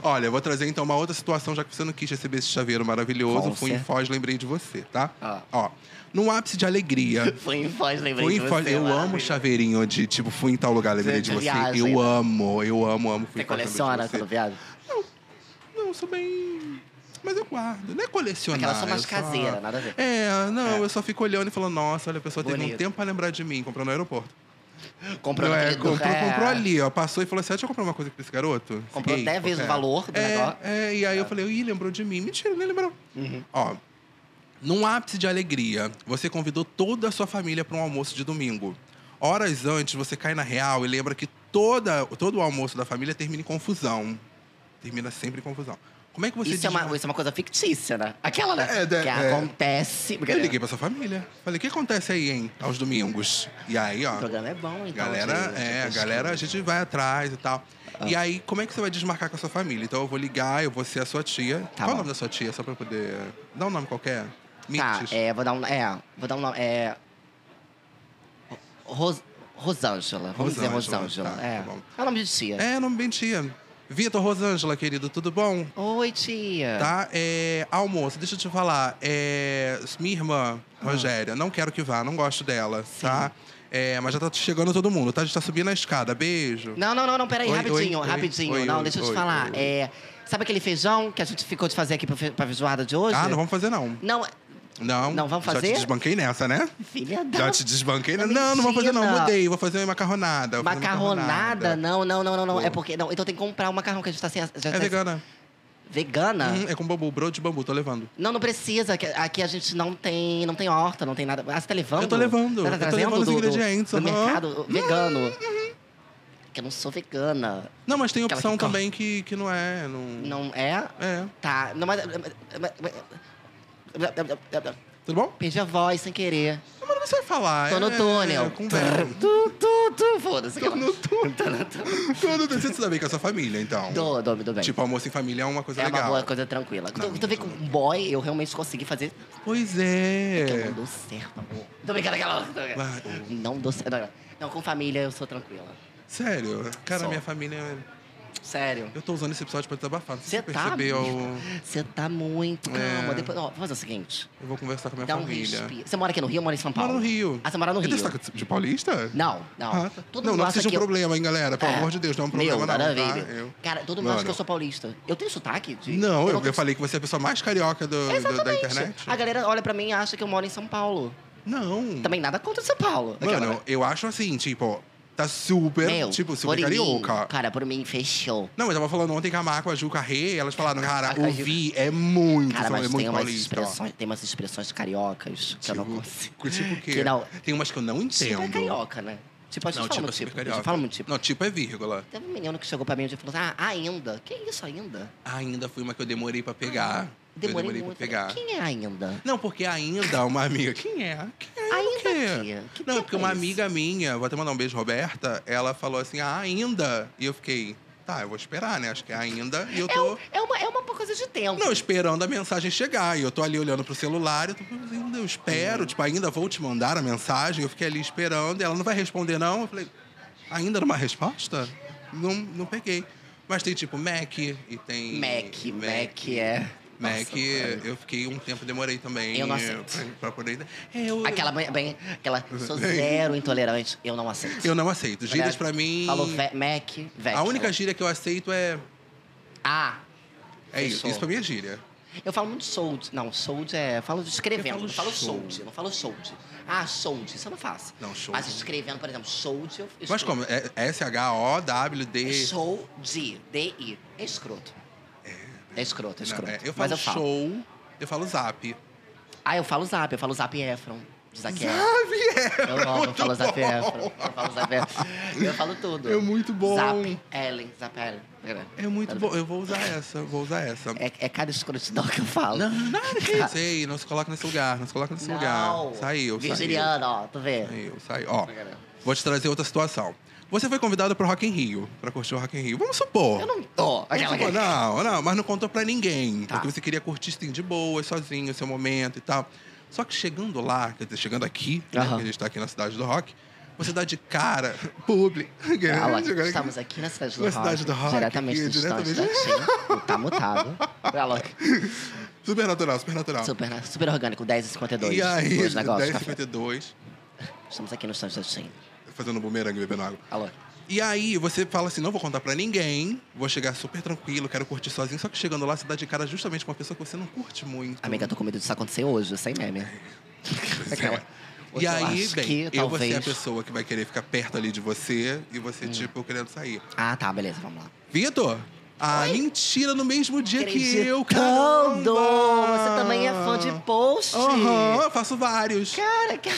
Speaker 5: Olha, eu vou trazer então uma outra situação, já que você não quis receber esse chaveiro maravilhoso.
Speaker 6: Com
Speaker 5: Fui em
Speaker 6: certeza.
Speaker 5: Foz, lembrei de você, tá?
Speaker 6: Ah.
Speaker 5: Ó, no ápice de alegria.
Speaker 6: Foi em Foz, lembrei
Speaker 5: Fui
Speaker 6: de
Speaker 5: em
Speaker 6: você.
Speaker 5: Foz, eu amo chaveirinho de tipo, fui em tal lugar, lembrei de
Speaker 6: Gente,
Speaker 5: você.
Speaker 6: viagem,
Speaker 5: eu
Speaker 6: né?
Speaker 5: amo, eu amo, amo. Fui
Speaker 6: Você
Speaker 5: em Foz, lembrei de
Speaker 6: coleciona
Speaker 5: você.
Speaker 6: quando viaja?
Speaker 5: Não, eu sou bem. Mas eu guardo. Não é colecionar.
Speaker 6: Aquela só mais
Speaker 5: eu
Speaker 6: caseira, nada a ver.
Speaker 5: É, não, eu só fico olhando e falando, nossa, olha, a pessoa teve um
Speaker 6: Bonito.
Speaker 5: tempo pra lembrar de mim, comprou no aeroporto.
Speaker 6: Comprou
Speaker 5: é,
Speaker 6: naquele do-
Speaker 5: comprou,
Speaker 6: é.
Speaker 5: comprou ali, ó. Passou e falou assim: ah, deixa eu comprar uma coisa pra esse garoto.
Speaker 6: Comprou
Speaker 5: Esse gay,
Speaker 6: 10 vezes o
Speaker 5: qualquer.
Speaker 6: valor do
Speaker 5: é,
Speaker 6: negócio. Uhum.
Speaker 5: É, e aí eu falei: ih, lembrou de mim. Mentira, nem lembrou. Ó, num ápice de alegria, você convidou toda a sua família para um almoço de domingo. Horas antes, você cai na real e lembra que toda, todo o almoço da família termina em confusão. Termina sempre em confusão. Como é que você
Speaker 6: Isso é, uma,
Speaker 5: desmarca?
Speaker 6: isso é uma coisa fictícia, né? Aquela, né?
Speaker 5: É, né?
Speaker 6: que
Speaker 5: É.
Speaker 6: acontece.
Speaker 5: Eu liguei pra sua família. Falei, o que acontece aí, hein? Aos domingos. E aí, ó.
Speaker 6: O programa é bom, então.
Speaker 5: Galera,
Speaker 6: gente, Ah.
Speaker 5: é, a
Speaker 6: acho que-
Speaker 5: galera, a gente vai atrás e tal. E aí, como é que você vai desmarcar com a sua família? Então eu vou ligar, eu vou ser a sua tia. Qual é
Speaker 6: Tá
Speaker 5: o
Speaker 6: bom.
Speaker 5: nome da sua tia? Só pra eu poder. Dá um nome qualquer.
Speaker 6: Tá,
Speaker 5: Mintes.
Speaker 6: é, vou dar um. É, vou dar um nome. É. Ros, Rosângela. Vamos dizer
Speaker 5: Rosângela,
Speaker 6: Rosângela.
Speaker 5: tá,
Speaker 6: é.
Speaker 5: tá bom.
Speaker 6: é o nome de tia.
Speaker 5: É, nome bem tia. Vitor Rosângela, querido, tudo bom?
Speaker 6: Oi, tia.
Speaker 5: É? Tá? É, almoço, deixa eu te falar. É, minha irmã,
Speaker 6: Ah.
Speaker 5: Rogéria, não quero que vá, não gosto dela, tá? É, mas já tá chegando todo mundo, tá? A gente tá subindo a escada. Beijo.
Speaker 6: Não, não, não, não, peraí,
Speaker 5: Oi,
Speaker 6: rapidinho,
Speaker 5: oi, oi,
Speaker 6: rapidinho.
Speaker 5: oi,
Speaker 6: não,
Speaker 5: oi,
Speaker 6: deixa eu te
Speaker 5: oi,
Speaker 6: falar.
Speaker 5: oi.
Speaker 6: É, sabe aquele feijão que a gente ficou de fazer aqui pro fe- pra feijoada de hoje?
Speaker 5: Ah, não vamos fazer, não.
Speaker 6: Não,
Speaker 5: Não.
Speaker 6: Não vamos
Speaker 5: Já te
Speaker 6: fazer?
Speaker 5: desbanquei nessa, né?
Speaker 6: filha da.
Speaker 5: Já te desbanquei? Não,
Speaker 6: Não,
Speaker 5: não, não vou fazer, não.
Speaker 6: mentira.
Speaker 5: Mudei, vou fazer macarronada. vou fazer
Speaker 6: Macarronada? Não, não, não, não, não.
Speaker 5: Pô.
Speaker 6: É porque. Não, então tem que comprar o macarrão que a gente tá sem. a- Já
Speaker 5: É
Speaker 6: tá-
Speaker 5: vegana.
Speaker 6: Vegana?
Speaker 5: Hum, é com bambu, broto de bambu, tô levando.
Speaker 6: Não, não precisa. que- Aqui a gente não tem, não tem horta, não tem nada. Ah, você tá levando?
Speaker 5: Eu tô levando.
Speaker 6: Você tá
Speaker 5: Eu tô
Speaker 6: trazendo
Speaker 5: levando os
Speaker 6: do, do-
Speaker 5: ingredientes,
Speaker 6: do
Speaker 5: aham. Uhum,
Speaker 6: mercado vegano. Que eu não sou vegana.
Speaker 5: Não, mas tem
Speaker 6: Aquela
Speaker 5: opção
Speaker 6: que corre.
Speaker 5: também que, que não é. Não...
Speaker 6: Não é?
Speaker 5: É.
Speaker 6: Tá. Não, mas.
Speaker 5: Tudo bom?
Speaker 6: Perdi a voz sem querer.
Speaker 5: Não, mas não precisa falar.
Speaker 6: Tô no
Speaker 5: é-
Speaker 6: túnel.
Speaker 5: É, conversa.
Speaker 6: Tu, tu, tu, foda-se.
Speaker 5: Tô no túnel. Tô no túnel. Você se dá bem com a sua família, então.
Speaker 6: Tô, tô, tô bem.
Speaker 5: Tipo, almoço em família é uma coisa
Speaker 6: é uma
Speaker 5: legal.
Speaker 6: boa coisa tranquila.
Speaker 5: Não,
Speaker 6: tu, tu vê com um boy, eu realmente consegui fazer.
Speaker 5: Pois
Speaker 6: Que eu
Speaker 5: é.
Speaker 6: não dou certo, amor. Tô brincando, aquela. tô brincando.
Speaker 5: Vai.
Speaker 6: Não dou certo. Não, não, com família eu sou tranquila.
Speaker 5: Sério. Cara,
Speaker 6: Só.
Speaker 5: minha família.
Speaker 6: Sério.
Speaker 5: Eu tô usando esse episódio pra desabafar. Não sei se
Speaker 6: Você
Speaker 5: você
Speaker 6: tá.
Speaker 5: percebeu.
Speaker 6: Você tá muito. Calma.
Speaker 5: É.
Speaker 6: Depois, ó, vamos fazer o seguinte.
Speaker 5: Eu vou conversar com a minha
Speaker 6: Dá um
Speaker 5: família.
Speaker 6: respiro. Você mora aqui no Rio ou mora em São Paulo?
Speaker 5: Moro no Rio.
Speaker 6: Ah, você mora no
Speaker 5: Eu
Speaker 6: Rio?
Speaker 5: tenho sotaque de paulista?
Speaker 6: Não, não.
Speaker 5: Ah, tá.
Speaker 6: Todo
Speaker 5: não,
Speaker 6: mundo
Speaker 5: não que
Speaker 6: acha
Speaker 5: seja um
Speaker 6: que eu-
Speaker 5: problema, hein, galera? Pelo
Speaker 6: É.
Speaker 5: amor de Deus, não é um
Speaker 6: Meu,
Speaker 5: problema, não.
Speaker 6: nada a
Speaker 5: tá?
Speaker 6: ver.
Speaker 5: Eu-
Speaker 6: Cara, todo mundo acha que
Speaker 5: Mano.
Speaker 6: eu sou paulista. Eu tenho sotaque? De...
Speaker 5: Não, eu,
Speaker 6: tenho-
Speaker 5: eu falei que você é a pessoa mais carioca do- do- da
Speaker 6: Exatamente.
Speaker 5: internet.
Speaker 6: A galera olha pra mim e acha que eu moro em São Paulo.
Speaker 5: Não.
Speaker 6: Hum. Também nada contra São Paulo.
Speaker 5: Mano, eu, eu acho assim, tipo, tá super.
Speaker 6: Meu,
Speaker 5: tipo,
Speaker 6: por
Speaker 5: super
Speaker 6: mim,
Speaker 5: carioca.
Speaker 6: Cara, por mim, fechou.
Speaker 5: Não, eu tava falando ontem com a Marco, a Ju, com a Rê, elas falaram, cara,
Speaker 6: A- a
Speaker 5: o
Speaker 6: Ju-
Speaker 5: Vi é muito,
Speaker 6: Cara,
Speaker 5: são- é
Speaker 6: mas
Speaker 5: muito
Speaker 6: tem umas,
Speaker 5: paulista. ó.
Speaker 6: expressões, tem umas expressões cariocas que eu não consigo.
Speaker 5: Tipo, tipo o quê?
Speaker 6: Que não-
Speaker 5: Tem umas que eu não entendo.
Speaker 6: Tipo é carioca, né? Tipo, a gente
Speaker 5: Não,
Speaker 6: fala
Speaker 5: tipo, é super
Speaker 6: muito tipo. A
Speaker 5: carioca.
Speaker 6: gente fala muito tipo.
Speaker 5: Não, tipo é vírgula.
Speaker 6: Teve um menino que chegou pra mim um dia e falou assim, ah, ainda? Que isso, ainda?
Speaker 5: Ah, Ainda foi uma que eu demorei pra pegar.
Speaker 6: Demorei,
Speaker 5: eu demorei
Speaker 6: muito.
Speaker 5: pra pegar.
Speaker 6: Quem é ainda?
Speaker 5: Não, porque ainda uma amiga. Quem é? Quem é?
Speaker 6: Ainda
Speaker 5: o quê?
Speaker 6: o quê? Que
Speaker 5: não, é
Speaker 6: tempo
Speaker 5: porque
Speaker 6: é
Speaker 5: uma
Speaker 6: esse?
Speaker 5: amiga minha, vou até mandar um beijo, Roberta, ela falou assim, ah, ainda. E eu fiquei, tá, eu vou esperar, né? Acho que é ainda. E eu
Speaker 6: É,
Speaker 5: tô.
Speaker 6: um- é uma, é uma coisa de tempo.
Speaker 5: Não, tipo, esperando a mensagem chegar. E eu tô ali olhando pro celular, eu tô assim, ainda, eu
Speaker 6: Uhum.
Speaker 5: espero, tipo, ainda vou te mandar a mensagem. Eu fiquei ali esperando, e ela não vai responder, não. Eu falei, ainda numa resposta? não, não peguei. Mas tem tipo Mac e tem.
Speaker 6: Mac, Mac é.
Speaker 5: Mac,
Speaker 6: Nossa,
Speaker 5: eu fiquei um tempo, demorei também
Speaker 6: Eu não
Speaker 5: eh,
Speaker 6: aceito.
Speaker 5: pra, pra poder. É, eu,
Speaker 6: Aquela bem, bem- aquela sou zero intolerante, eu não aceito.
Speaker 5: eu não aceito. Gírias pra mim.
Speaker 6: Falou ve- Mac, vec.
Speaker 5: a única gíria que eu aceito é.
Speaker 6: Ah,
Speaker 5: É isso.
Speaker 6: Fechou.
Speaker 5: Isso pra mim é gíria.
Speaker 6: eu falo muito sold. Não, sold é. Eu falo escrevendo.
Speaker 5: Eu
Speaker 6: Eu
Speaker 5: falo
Speaker 6: falo, falo
Speaker 5: sold.
Speaker 6: sold. Eu não falo sold. Ah, sold. Isso eu não faço.
Speaker 5: Não, sold.
Speaker 6: Mas escrevendo, por exemplo, sold eu
Speaker 5: Mas como?
Speaker 6: escrevo.
Speaker 5: É S-H-O-W-D.
Speaker 6: É Show de D-I. É escroto. É escroto, é
Speaker 5: Não,
Speaker 6: escroto.
Speaker 5: é, eu
Speaker 6: Mas
Speaker 5: falo
Speaker 6: eu falo.
Speaker 5: show, eu falo zap.
Speaker 6: Ah, eu falo zap, eu falo zap Efron. de Zac Efron.
Speaker 5: Zap é
Speaker 6: Eu amo, eu
Speaker 5: muito
Speaker 6: falo zap
Speaker 5: bom.
Speaker 6: Efron. Eu falo zap Efron. Eu falo tudo.
Speaker 5: É muito bom.
Speaker 6: Zap Ellen, zap Ellen.
Speaker 5: É muito bom. Eu vou usar essa, vou usar essa.
Speaker 6: É, é cada escrotidão que eu falo.
Speaker 5: Não, nada que eu sei, não se coloca nesse lugar, não se coloca nesse lugar. Saiu,
Speaker 6: Virginiano, ó, tu vê.
Speaker 5: saiu. Saiu, saiu. Ó, vou te trazer outra situação. Você foi convidado pro Rock in Rio, pra curtir o Rock in Rio. Vamos supor.
Speaker 6: Eu não tô. Aquela Ah,
Speaker 5: Vamos supor, tipo, não, não, mas não contou pra ninguém.
Speaker 6: Tá.
Speaker 5: Porque você queria curtir assim, de boa, sozinho, seu momento e tal. Só que chegando lá, quer dizer, chegando aqui, né,
Speaker 6: Aham.
Speaker 5: que a gente tá aqui na cidade do rock, você dá de cara, publi.
Speaker 6: Ah, lá,
Speaker 5: Chegando aqui.
Speaker 6: estamos aqui na cidade do
Speaker 5: é, Na
Speaker 6: rock.
Speaker 5: cidade do rock,
Speaker 6: Diretamente
Speaker 5: aqui,
Speaker 6: do estande da
Speaker 5: diretamente.
Speaker 6: Tim. Tá mutado. Olha lá,
Speaker 5: Super natural, super natural.
Speaker 6: super, né? super orgânico, 10h52.
Speaker 5: E aí,
Speaker 6: dois negócios, café.
Speaker 5: 10h52,
Speaker 6: Estamos aqui no estande da Tim.
Speaker 5: fazendo um bumerangue, bebendo água.
Speaker 6: Alô.
Speaker 5: E aí você fala assim, não vou contar pra ninguém, vou chegar super tranquilo, quero curtir sozinho. Só que chegando lá, você dá de cara justamente com uma pessoa que você não curte muito.
Speaker 6: Amiga, tô com medo disso acontecer hoje, sem meme. Aquela.
Speaker 5: é. E
Speaker 6: Hoje eu
Speaker 5: aí,
Speaker 6: acho
Speaker 5: bem,
Speaker 6: que,
Speaker 5: eu vou
Speaker 6: talvez... Hum.
Speaker 5: ser a pessoa que vai querer ficar perto ali de você e você, tipo, querendo sair.
Speaker 6: Ah, tá, beleza, vamos lá.
Speaker 5: Vitor! Ah, mentira, no mesmo dia que eu, caramba!
Speaker 6: Acreditando! Você também é fã de post!
Speaker 5: Aham, eu faço vários.
Speaker 6: Cara, que...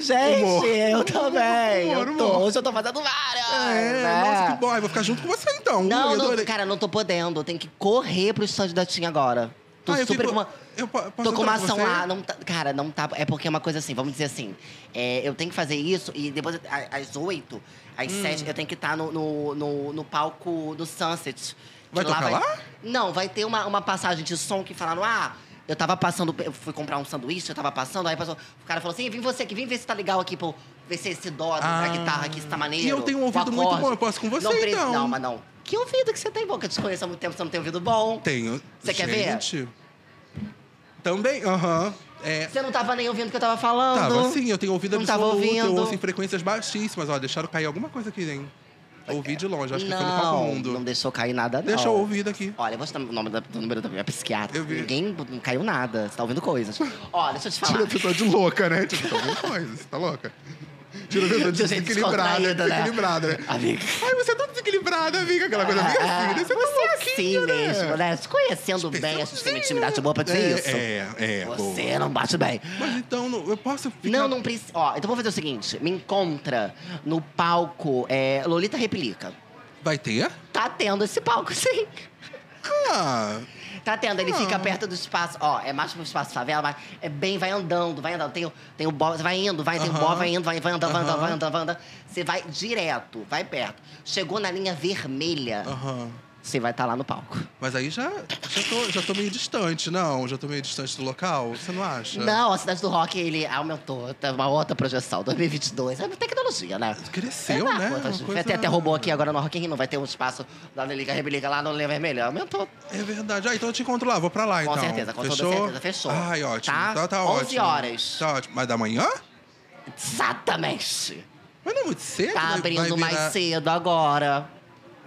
Speaker 6: Gente,
Speaker 5: Humor.
Speaker 6: eu também!
Speaker 5: Humor,
Speaker 6: eu tô,
Speaker 5: humor.
Speaker 6: hoje eu tô fazendo várias!
Speaker 5: É,
Speaker 6: né?
Speaker 5: nossa, que bom. Eu vou ficar junto com você, então.
Speaker 6: Não,
Speaker 5: Eu
Speaker 6: não,
Speaker 5: adorei.
Speaker 6: cara, não tô podendo. Eu tenho que correr pro estande da Tinha agora. Tô
Speaker 5: Ah, eu
Speaker 6: super
Speaker 5: fico-
Speaker 6: com uma.
Speaker 5: eu po- posso
Speaker 6: tô com uma
Speaker 5: entrar com
Speaker 6: ação
Speaker 5: você?
Speaker 6: lá. Não tá- cara, não tá. É porque é uma coisa assim, vamos dizer assim. é, eu tenho que fazer isso e depois a- às oito, às
Speaker 5: Hum.
Speaker 6: sete, eu tenho que estar no, no, no, no palco do Sunset.
Speaker 5: Vai
Speaker 6: Que
Speaker 5: tocar lá?
Speaker 6: Não, vai ter uma, uma passagem de som que falaram, ah. Eu tava passando, eu fui comprar um sanduíche, eu tava passando, aí passou, o cara falou assim: vem você aqui, vem ver se tá legal aqui, pô, ver se esse dó
Speaker 5: Ah.
Speaker 6: da guitarra aqui, se tá maneiro.
Speaker 5: E eu tenho um
Speaker 6: o
Speaker 5: ouvido muito
Speaker 6: acorde."
Speaker 5: bom, eu posso com você,
Speaker 6: não, pre-
Speaker 5: então.
Speaker 6: Não, mas não. Que ouvido que você tem bom? Que eu te conheço há muito tempo, você não tem ouvido bom.
Speaker 5: Tenho.
Speaker 6: Você quer ver?
Speaker 5: Gente, Também, aham. É,
Speaker 6: Você não tava nem ouvindo o que eu tava falando.
Speaker 5: Tava sim, eu tenho ouvido
Speaker 6: Não tava
Speaker 5: absoluto, eu
Speaker 6: ouvindo.
Speaker 5: ouço em frequências baixíssimas. Ó, deixaram cair alguma coisa aqui, hein? Ouvi de longe, acho que foi no Palco
Speaker 6: Não,
Speaker 5: Mundo.
Speaker 6: não deixou cair nada, não.
Speaker 5: Deixa eu ouvir daqui.
Speaker 6: Olha, eu vou citar o nome da- do número da minha psiquiatra.
Speaker 5: Eu vi.
Speaker 6: Ninguém não caiu nada. Você tá ouvindo coisas. Ó, deixa eu te falar.
Speaker 5: Tira a pessoa de louca, né? Tipo, tá ouvindo coisa, você tá louca? Tira a pessoa de
Speaker 6: Do jeito
Speaker 5: desequilibrada,
Speaker 6: descontraído, né?
Speaker 5: desequilibrada, né?
Speaker 6: Amiga.
Speaker 5: Ai, você é tão desequilibrada, amiga. Aquela coisa meio assim, né? Você, tá
Speaker 6: você é
Speaker 5: louquinha,
Speaker 6: assim
Speaker 5: né?
Speaker 6: mesmo, né? Se conhecendo bem, acho que tem uma intimidade boa pra dizer
Speaker 5: É,
Speaker 6: isso.
Speaker 5: é, é.
Speaker 6: você
Speaker 5: boa.
Speaker 6: não bate bem.
Speaker 5: Mas então, não- eu posso ficar...
Speaker 6: Não, não precisa. Ó, então vou fazer o seguinte: me encontra no palco é, Lolita Replica.
Speaker 5: Vai ter?
Speaker 6: Tá tendo esse palco, sim.
Speaker 5: Ah,
Speaker 6: Tá tendo, ele
Speaker 5: Ah.
Speaker 6: fica perto do espaço. Ó, é mais pro espaço favela, mas é bem, vai andando, vai andando. Tem, o- tem o bó, você vai indo, vai, tem o
Speaker 5: Aham.
Speaker 6: bó, vai indo, vai, vai andando, vai andando,
Speaker 5: Aham.
Speaker 6: vai andando, vai andando. Você vai direto, vai perto. Chegou na linha vermelha,
Speaker 5: aham.
Speaker 6: você vai estar lá no palco.
Speaker 5: Mas aí já, já, tô, já tô meio distante, não? Já tô meio distante do local, você não acha?
Speaker 6: Não, a Cidade do Rock, ele aumentou, tá uma outra projeção, 2022. É tecnologia, né?
Speaker 5: Cresceu,
Speaker 6: é,
Speaker 5: né?
Speaker 6: Vai
Speaker 5: Uma
Speaker 6: ter
Speaker 5: coisa-
Speaker 6: até roubou aqui agora no Rock in Rio, não vai ter um espaço da Leliga Rebeliga lá no Linha Vermelha. Aumentou.
Speaker 5: É verdade. Ah, então eu te encontro lá, vou pra lá
Speaker 6: Com
Speaker 5: então.
Speaker 6: certeza, com toda
Speaker 5: fechou?
Speaker 6: certeza, fechou.
Speaker 5: Ai, ótimo.
Speaker 6: Tá?
Speaker 5: Tá, tá
Speaker 6: 11
Speaker 5: ótimo.
Speaker 6: horas.
Speaker 5: Tá ótimo. Mas da manhã?
Speaker 6: Exatamente.
Speaker 5: Mas não é muito cedo?
Speaker 6: Tá
Speaker 5: vai-
Speaker 6: abrindo
Speaker 5: vai virar-
Speaker 6: mais cedo agora.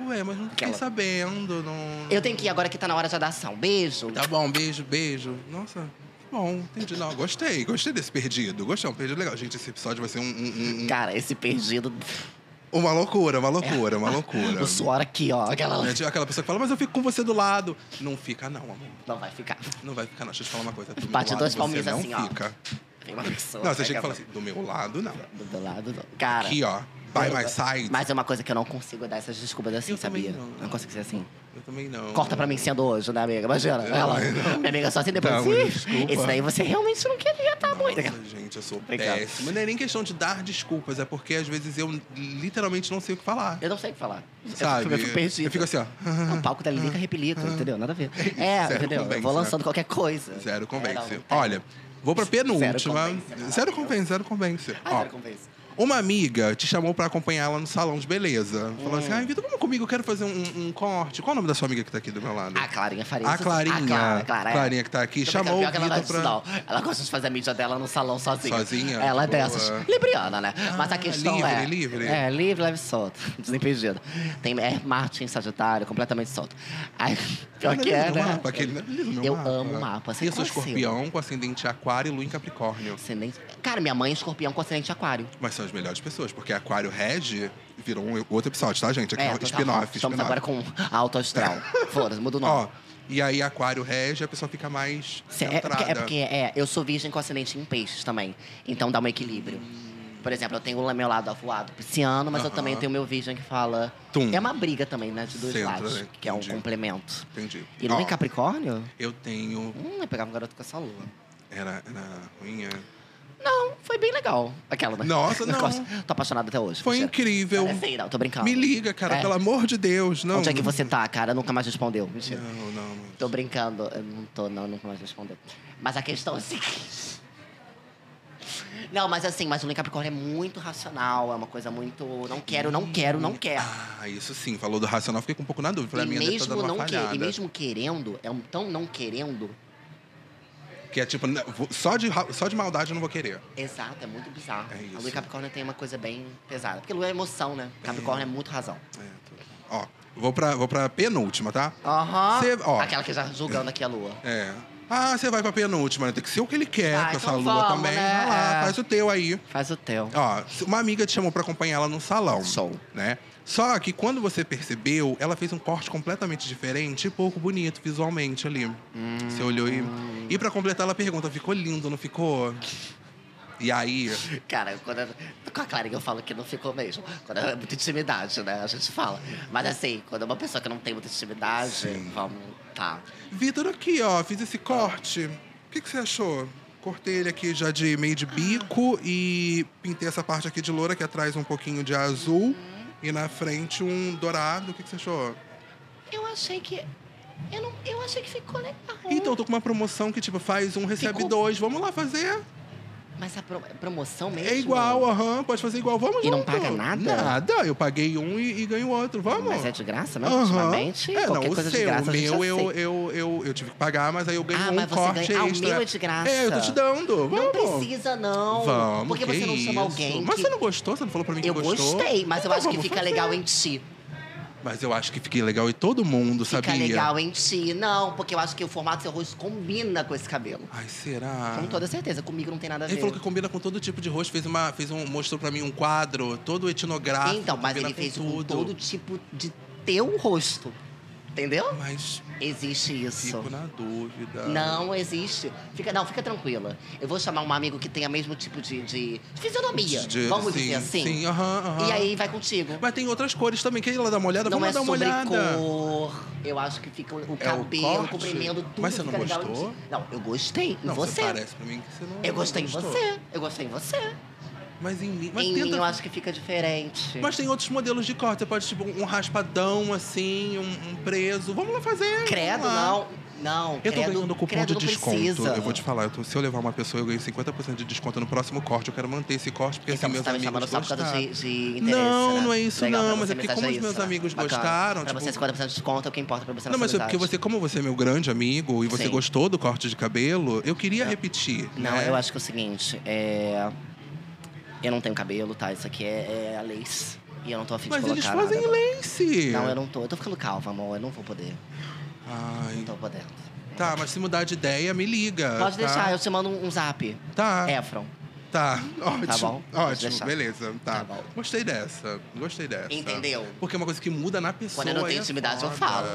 Speaker 5: Ué, mas não fiquei
Speaker 6: Aquela-
Speaker 5: sabendo. Não...
Speaker 6: Eu tenho que ir agora que tá na hora de dar ação. Beijo.
Speaker 5: Tá bom, beijo, beijo. Nossa, bom, entendi. Não, gostei, gostei desse perdido. Gostei, é um perdido legal. Gente, esse episódio vai ser um, um-
Speaker 6: Cara, esse perdido.
Speaker 5: um- uma loucura, uma loucura, uma loucura.
Speaker 6: O suor aqui, ó. Aquela...
Speaker 5: É, tipo Aquela pessoa que fala, mas eu fico com você do lado. Não fica, não, amor.
Speaker 6: Não vai ficar.
Speaker 5: Não vai ficar, não. Deixa eu te falar uma coisa. Do meu
Speaker 6: Bate
Speaker 5: lado,
Speaker 6: dois
Speaker 5: você
Speaker 6: palminhos
Speaker 5: não
Speaker 6: assim, ó.
Speaker 5: fica.
Speaker 6: Tem uma pessoa.
Speaker 5: Não, você chega e
Speaker 6: aquela-
Speaker 5: fala assim, do meu lado, não.
Speaker 6: Do, do lado, não. Cara.
Speaker 5: Aqui, ó. By my side.
Speaker 6: Mas é uma coisa que eu não consigo dar essas desculpas assim,
Speaker 5: Eu também
Speaker 6: sabia?
Speaker 5: não.
Speaker 6: consigo ser assim.
Speaker 5: Eu também não.
Speaker 6: Corta pra mim sendo hoje, né, amiga?
Speaker 5: É,
Speaker 6: Imagina. Ela, minha amiga só assim depois.
Speaker 5: Tá,
Speaker 6: "Ih,
Speaker 5: mas desculpa."
Speaker 6: esse daí você realmente não queria tá muito.
Speaker 5: Nossa, gente, eu sou
Speaker 6: Obrigado.
Speaker 5: péssimo. Não é nem questão de dar desculpas, é porque às vezes eu literalmente não sei o que falar.
Speaker 6: Eu não sei o que falar.
Speaker 5: Sabe?
Speaker 6: Eu fico, eu fico perdido.
Speaker 5: Eu fico assim, ó.
Speaker 6: O palco da Lilica Repelica, entendeu? Nada a ver. É,
Speaker 5: Zero
Speaker 6: entendeu? Eu
Speaker 5: convence,
Speaker 6: vou
Speaker 5: né?
Speaker 6: lançando qualquer coisa.
Speaker 5: Zero
Speaker 6: É, não,
Speaker 5: convence.
Speaker 6: não tem.
Speaker 5: Olha, vou pra penúltima.
Speaker 6: convence, é
Speaker 5: Zero convence, zero convence.
Speaker 6: Ah,
Speaker 5: Ó,
Speaker 6: zero convence.
Speaker 5: Uma amiga te chamou pra acompanhar ela no salão de beleza. Falou
Speaker 6: Hum.
Speaker 5: assim: ai, Vitor, vamos comigo, eu quero fazer um, um corte. Qual o nome da sua amiga que tá aqui do meu lado?
Speaker 6: A Clarinha Faria.
Speaker 5: A Clarinha.
Speaker 6: A Clara, Clara, é.
Speaker 5: Clarinha que tá aqui.
Speaker 6: Tô
Speaker 5: chamou
Speaker 6: brincando,
Speaker 5: o
Speaker 6: pior que ela,
Speaker 5: Vitor
Speaker 6: gosta disso,
Speaker 5: pra.
Speaker 6: não. ela gosta de fazer a mídia dela no salão sozinha.
Speaker 5: Sozinha?
Speaker 6: Ela
Speaker 5: Boa.
Speaker 6: é
Speaker 5: Ah,
Speaker 6: dessas. Libriana, né? Mas a questão
Speaker 5: livre,
Speaker 6: é...
Speaker 5: livre.
Speaker 6: É, livre, leve e solto. Desimpedido. Tem é, Marte em Sagitário, completamente solto. Aí, pior que é,
Speaker 5: Analisa o
Speaker 6: né?
Speaker 5: mapa, aquele- analisa o meu
Speaker 6: Eu
Speaker 5: mapa.
Speaker 6: amo o mapa. Você é
Speaker 5: E eu sou
Speaker 6: conheceu?
Speaker 5: escorpião com ascendente aquário e lua em capricórnio.
Speaker 6: Ascendente- Cara, minha mãe é escorpião com ascendente aquário.
Speaker 5: Mas são as melhores pessoas, porque aquário rege virou um outro episódio, tá, gente? Aqui
Speaker 6: É,
Speaker 5: é,
Speaker 6: total.
Speaker 5: spin-off,
Speaker 6: Estamos
Speaker 5: spin-off.
Speaker 6: agora com alto astral. Foda-se, muda o nome.
Speaker 5: Ó, e aí aquário rege, a pessoa fica mais
Speaker 6: Cê- é,
Speaker 5: centrada.
Speaker 6: porque, é porque é, eu sou virgem com ascendente em peixes também. Então dá um equilíbrio. Por exemplo, eu tenho o meu lado avoado pisciano, mas eu
Speaker 5: Aham.
Speaker 6: também tenho meu virgem que fala.
Speaker 5: Tum.
Speaker 6: É uma briga também, né? De dois
Speaker 5: Centro,
Speaker 6: lados,
Speaker 5: né?
Speaker 6: que é um
Speaker 5: Entendi.
Speaker 6: complemento.
Speaker 5: Entendi.
Speaker 6: E não
Speaker 5: Ó,
Speaker 6: em Capricórnio?
Speaker 5: Eu tenho...
Speaker 6: Hum, eu pegava um garoto com essa lua.
Speaker 5: Era, era ruim, é?
Speaker 6: Não, foi bem legal. Aquela, né?
Speaker 5: Nossa, não.
Speaker 6: gosto. Tô apaixonada até hoje.
Speaker 5: Foi
Speaker 6: mentira.
Speaker 5: incrível.
Speaker 6: Não, não sei, não, tô brincando.
Speaker 5: Me liga, cara,
Speaker 6: É.
Speaker 5: pelo amor de Deus. Então, Não,
Speaker 6: Onde é que você tá, cara? Nunca mais respondeu. Mentira.
Speaker 5: Não, não.
Speaker 6: Tô brincando. Eu não tô, não, nunca mais respondeu. Mas a questão é a seguinte. Não, mas assim, mas o Link Capricórnio é muito racional, é uma coisa muito. Não quero, não quero, não quero.
Speaker 5: Ah, isso sim. Falou do racional, fiquei com um pouco na dúvida. Pra
Speaker 6: É. E
Speaker 5: mim, deve tá
Speaker 6: mesmo,
Speaker 5: dando uma
Speaker 6: não que,
Speaker 5: falhada.
Speaker 6: e mesmo querendo, é um tão não querendo.
Speaker 5: Que é tipo, não, vou- só de, ra- só de maldade eu não vou querer.
Speaker 6: Exato, é muito bizarro.
Speaker 5: É isso.
Speaker 6: A Lua e Capricórnio tem uma coisa bem pesada. Porque Lua é emoção, né? Capricórnio é, Ah. muito razão.
Speaker 5: É, tô- Ó, vou pra, vou pra penúltima, tá?
Speaker 6: Aham.
Speaker 5: Cê- ó.
Speaker 6: Aquela que já julgando aqui a Lua.
Speaker 5: É. Ah, você vai pra penúltima, né? Tem que ser o que ele quer,
Speaker 6: Ah,
Speaker 5: com essa
Speaker 6: então
Speaker 5: lua
Speaker 6: vamos,
Speaker 5: também.
Speaker 6: né?
Speaker 5: Vai lá,
Speaker 6: É.
Speaker 5: faz o teu aí.
Speaker 6: Faz o teu.
Speaker 5: Ó, uma amiga te chamou pra acompanhar ela num salão.
Speaker 6: Show.
Speaker 5: Né? Só que quando você percebeu, ela fez um corte completamente diferente e pouco bonito visualmente ali. Você olhou e. E pra completar, ela pergunta: ficou lindo, não ficou? E aí.
Speaker 6: Cara, quando eu- com a Clara que eu falo que não ficou mesmo. Quando é muita intimidade, né? A gente fala. Mas assim, quando é uma pessoa que não tem muita intimidade,
Speaker 5: Sim.
Speaker 6: vamos. Tá.
Speaker 5: Vitor, aqui, ó, fiz esse corte. O que, que você achou? Cortei ele aqui já de meio de bico e pintei essa parte aqui de loura, que atrás um pouquinho de azul. E na frente um dourado. O que, que você achou?
Speaker 6: Eu achei que. Eu, não, eu achei que ficou legal.
Speaker 5: Então, tô com uma promoção que, tipo, faz um, recebe
Speaker 6: Ficou-
Speaker 5: dois. Vamos lá fazer.
Speaker 6: Mas a pro- promoção mesmo.
Speaker 5: É igual, aham, pode fazer igual. Vamos
Speaker 6: E não
Speaker 5: junto.
Speaker 6: paga nada?
Speaker 5: Nada. Eu paguei um e, e ganho outro. Vamos.
Speaker 6: Mas é de graça mesmo?
Speaker 5: Aham.
Speaker 6: Ultimamente?
Speaker 5: É,
Speaker 6: qualquer
Speaker 5: não,
Speaker 6: coisa
Speaker 5: o seu,
Speaker 6: de graça.
Speaker 5: o
Speaker 6: a gente
Speaker 5: meu eu,
Speaker 6: aceita.
Speaker 5: eu, eu, eu tive que pagar, mas aí eu ganhei
Speaker 6: Ah,
Speaker 5: um
Speaker 6: mas você
Speaker 5: corte
Speaker 6: ganha- ah, o
Speaker 5: extra.
Speaker 6: meu é de graça.
Speaker 5: É, eu tô te dando. Vamos.
Speaker 6: Não precisa, não.
Speaker 5: Vamos,
Speaker 6: Porque você
Speaker 5: que
Speaker 6: não chama
Speaker 5: isso.
Speaker 6: alguém.
Speaker 5: Mas
Speaker 6: que-
Speaker 5: você não gostou? Você não falou pra mim que
Speaker 6: Eu
Speaker 5: gostou?
Speaker 6: gostei, mas eu
Speaker 5: Então
Speaker 6: acho que
Speaker 5: vamos
Speaker 6: fica
Speaker 5: fazer.
Speaker 6: legal em ti.
Speaker 5: Mas eu acho que fica legal em todo mundo,
Speaker 6: Fica
Speaker 5: sabia?
Speaker 6: legal em ti. Não, porque eu acho que o formato do seu rosto combina com esse cabelo.
Speaker 5: Ai, será?
Speaker 6: Com toda certeza, comigo não tem nada a
Speaker 5: Ah.
Speaker 6: ver.
Speaker 5: Ele falou que combina com todo tipo de rosto. Fez uma, fez um, mostrou pra mim um quadro todo etnográfico.
Speaker 6: então, mas
Speaker 5: combina
Speaker 6: ele fez
Speaker 5: com
Speaker 6: com
Speaker 5: tudo.
Speaker 6: todo tipo de teu rosto. Entendeu?
Speaker 5: Mas
Speaker 6: Existe isso.
Speaker 5: fico na dúvida.
Speaker 6: Não existe. Fica, não, fica tranquila. Eu vou chamar um amigo que tenha mesmo tipo de, de- de fisionomia.
Speaker 5: De- de-
Speaker 6: vamos
Speaker 5: sim,
Speaker 6: dizer assim.
Speaker 5: Sim, aham, aham.
Speaker 6: E aí vai contigo.
Speaker 5: Mas tem outras cores também. Quer ir lá dar uma olhada?
Speaker 6: não
Speaker 5: Vamos
Speaker 6: é
Speaker 5: lá dar uma
Speaker 6: sobre
Speaker 5: olhada. É
Speaker 6: cor. Eu acho que fica o cabelo, o
Speaker 5: corte?
Speaker 6: comprimento, tudo.
Speaker 5: Mas você não
Speaker 6: fica legal em
Speaker 5: gostou?
Speaker 6: ti. Não, eu gostei.
Speaker 5: Não,
Speaker 6: em você.
Speaker 5: parece pra mim que você não.
Speaker 6: Eu gostei em
Speaker 5: gostou.
Speaker 6: você. Eu gostei em você.
Speaker 5: Mas em mim. Mas
Speaker 6: em
Speaker 5: tenta
Speaker 6: mim eu acho que fica diferente.
Speaker 5: Mas tem outros modelos de corte. Você pode, tipo, um raspadão, assim, um, um preso. Vamos lá fazer.
Speaker 6: Credo,
Speaker 5: vamos lá.
Speaker 6: não. Não,
Speaker 5: Eu tô
Speaker 6: credo,
Speaker 5: ganhando cupom
Speaker 6: credo
Speaker 5: de
Speaker 6: não
Speaker 5: desconto.
Speaker 6: Precisa.
Speaker 5: Eu vou te falar, eu tô- se eu levar uma pessoa, eu ganho 50% de desconto no próximo corte. Eu quero manter esse corte, porque
Speaker 6: Então
Speaker 5: assim,
Speaker 6: você
Speaker 5: meus
Speaker 6: tá me
Speaker 5: amigos
Speaker 6: chamando só por causa
Speaker 5: gostaram.
Speaker 6: de, de interesse,
Speaker 5: Não,
Speaker 6: né?
Speaker 5: não é isso,
Speaker 6: Legal,
Speaker 5: não,
Speaker 6: pra
Speaker 5: mas
Speaker 6: você
Speaker 5: é porque
Speaker 6: mensagem
Speaker 5: como os
Speaker 6: isso,
Speaker 5: meus
Speaker 6: né?
Speaker 5: amigos
Speaker 6: Bacana.
Speaker 5: gostaram,
Speaker 6: Pra
Speaker 5: tipo-
Speaker 6: você, 50% de desconto é o que importa pra você
Speaker 5: Não, mas é porque você, como você é meu grande amigo e você
Speaker 6: Sim.
Speaker 5: gostou do corte de cabelo, eu queria repetir.
Speaker 6: Não,
Speaker 5: né?
Speaker 6: eu acho que é o seguinte, é... Eu não tenho cabelo, tá? Isso aqui é, é a leis. E eu não tô afim
Speaker 5: Mas
Speaker 6: de
Speaker 5: eles
Speaker 6: colocar
Speaker 5: fazem
Speaker 6: nada.
Speaker 5: lace.
Speaker 6: Não, eu não tô. Eu tô ficando calva, amor. Eu não vou poder. Não
Speaker 5: Ai,
Speaker 6: tô podendo.
Speaker 5: tá, mas se mudar de ideia, me liga.
Speaker 6: Pode
Speaker 5: tá?
Speaker 6: deixar, eu É, te mando um um zap.
Speaker 5: Tá.
Speaker 6: Efron.
Speaker 5: Tá, ótimo.
Speaker 6: bom, pode
Speaker 5: Ótimo,
Speaker 6: deixar.
Speaker 5: beleza. Tá.
Speaker 6: Tá bom.
Speaker 5: Gostei dessa. Gostei dessa.
Speaker 6: Entendeu?
Speaker 5: Porque é uma coisa que muda na pessoa.
Speaker 6: Quando eu não
Speaker 5: aí
Speaker 6: tenho
Speaker 5: é
Speaker 6: intimidade, eu
Speaker 5: foda.
Speaker 6: falo.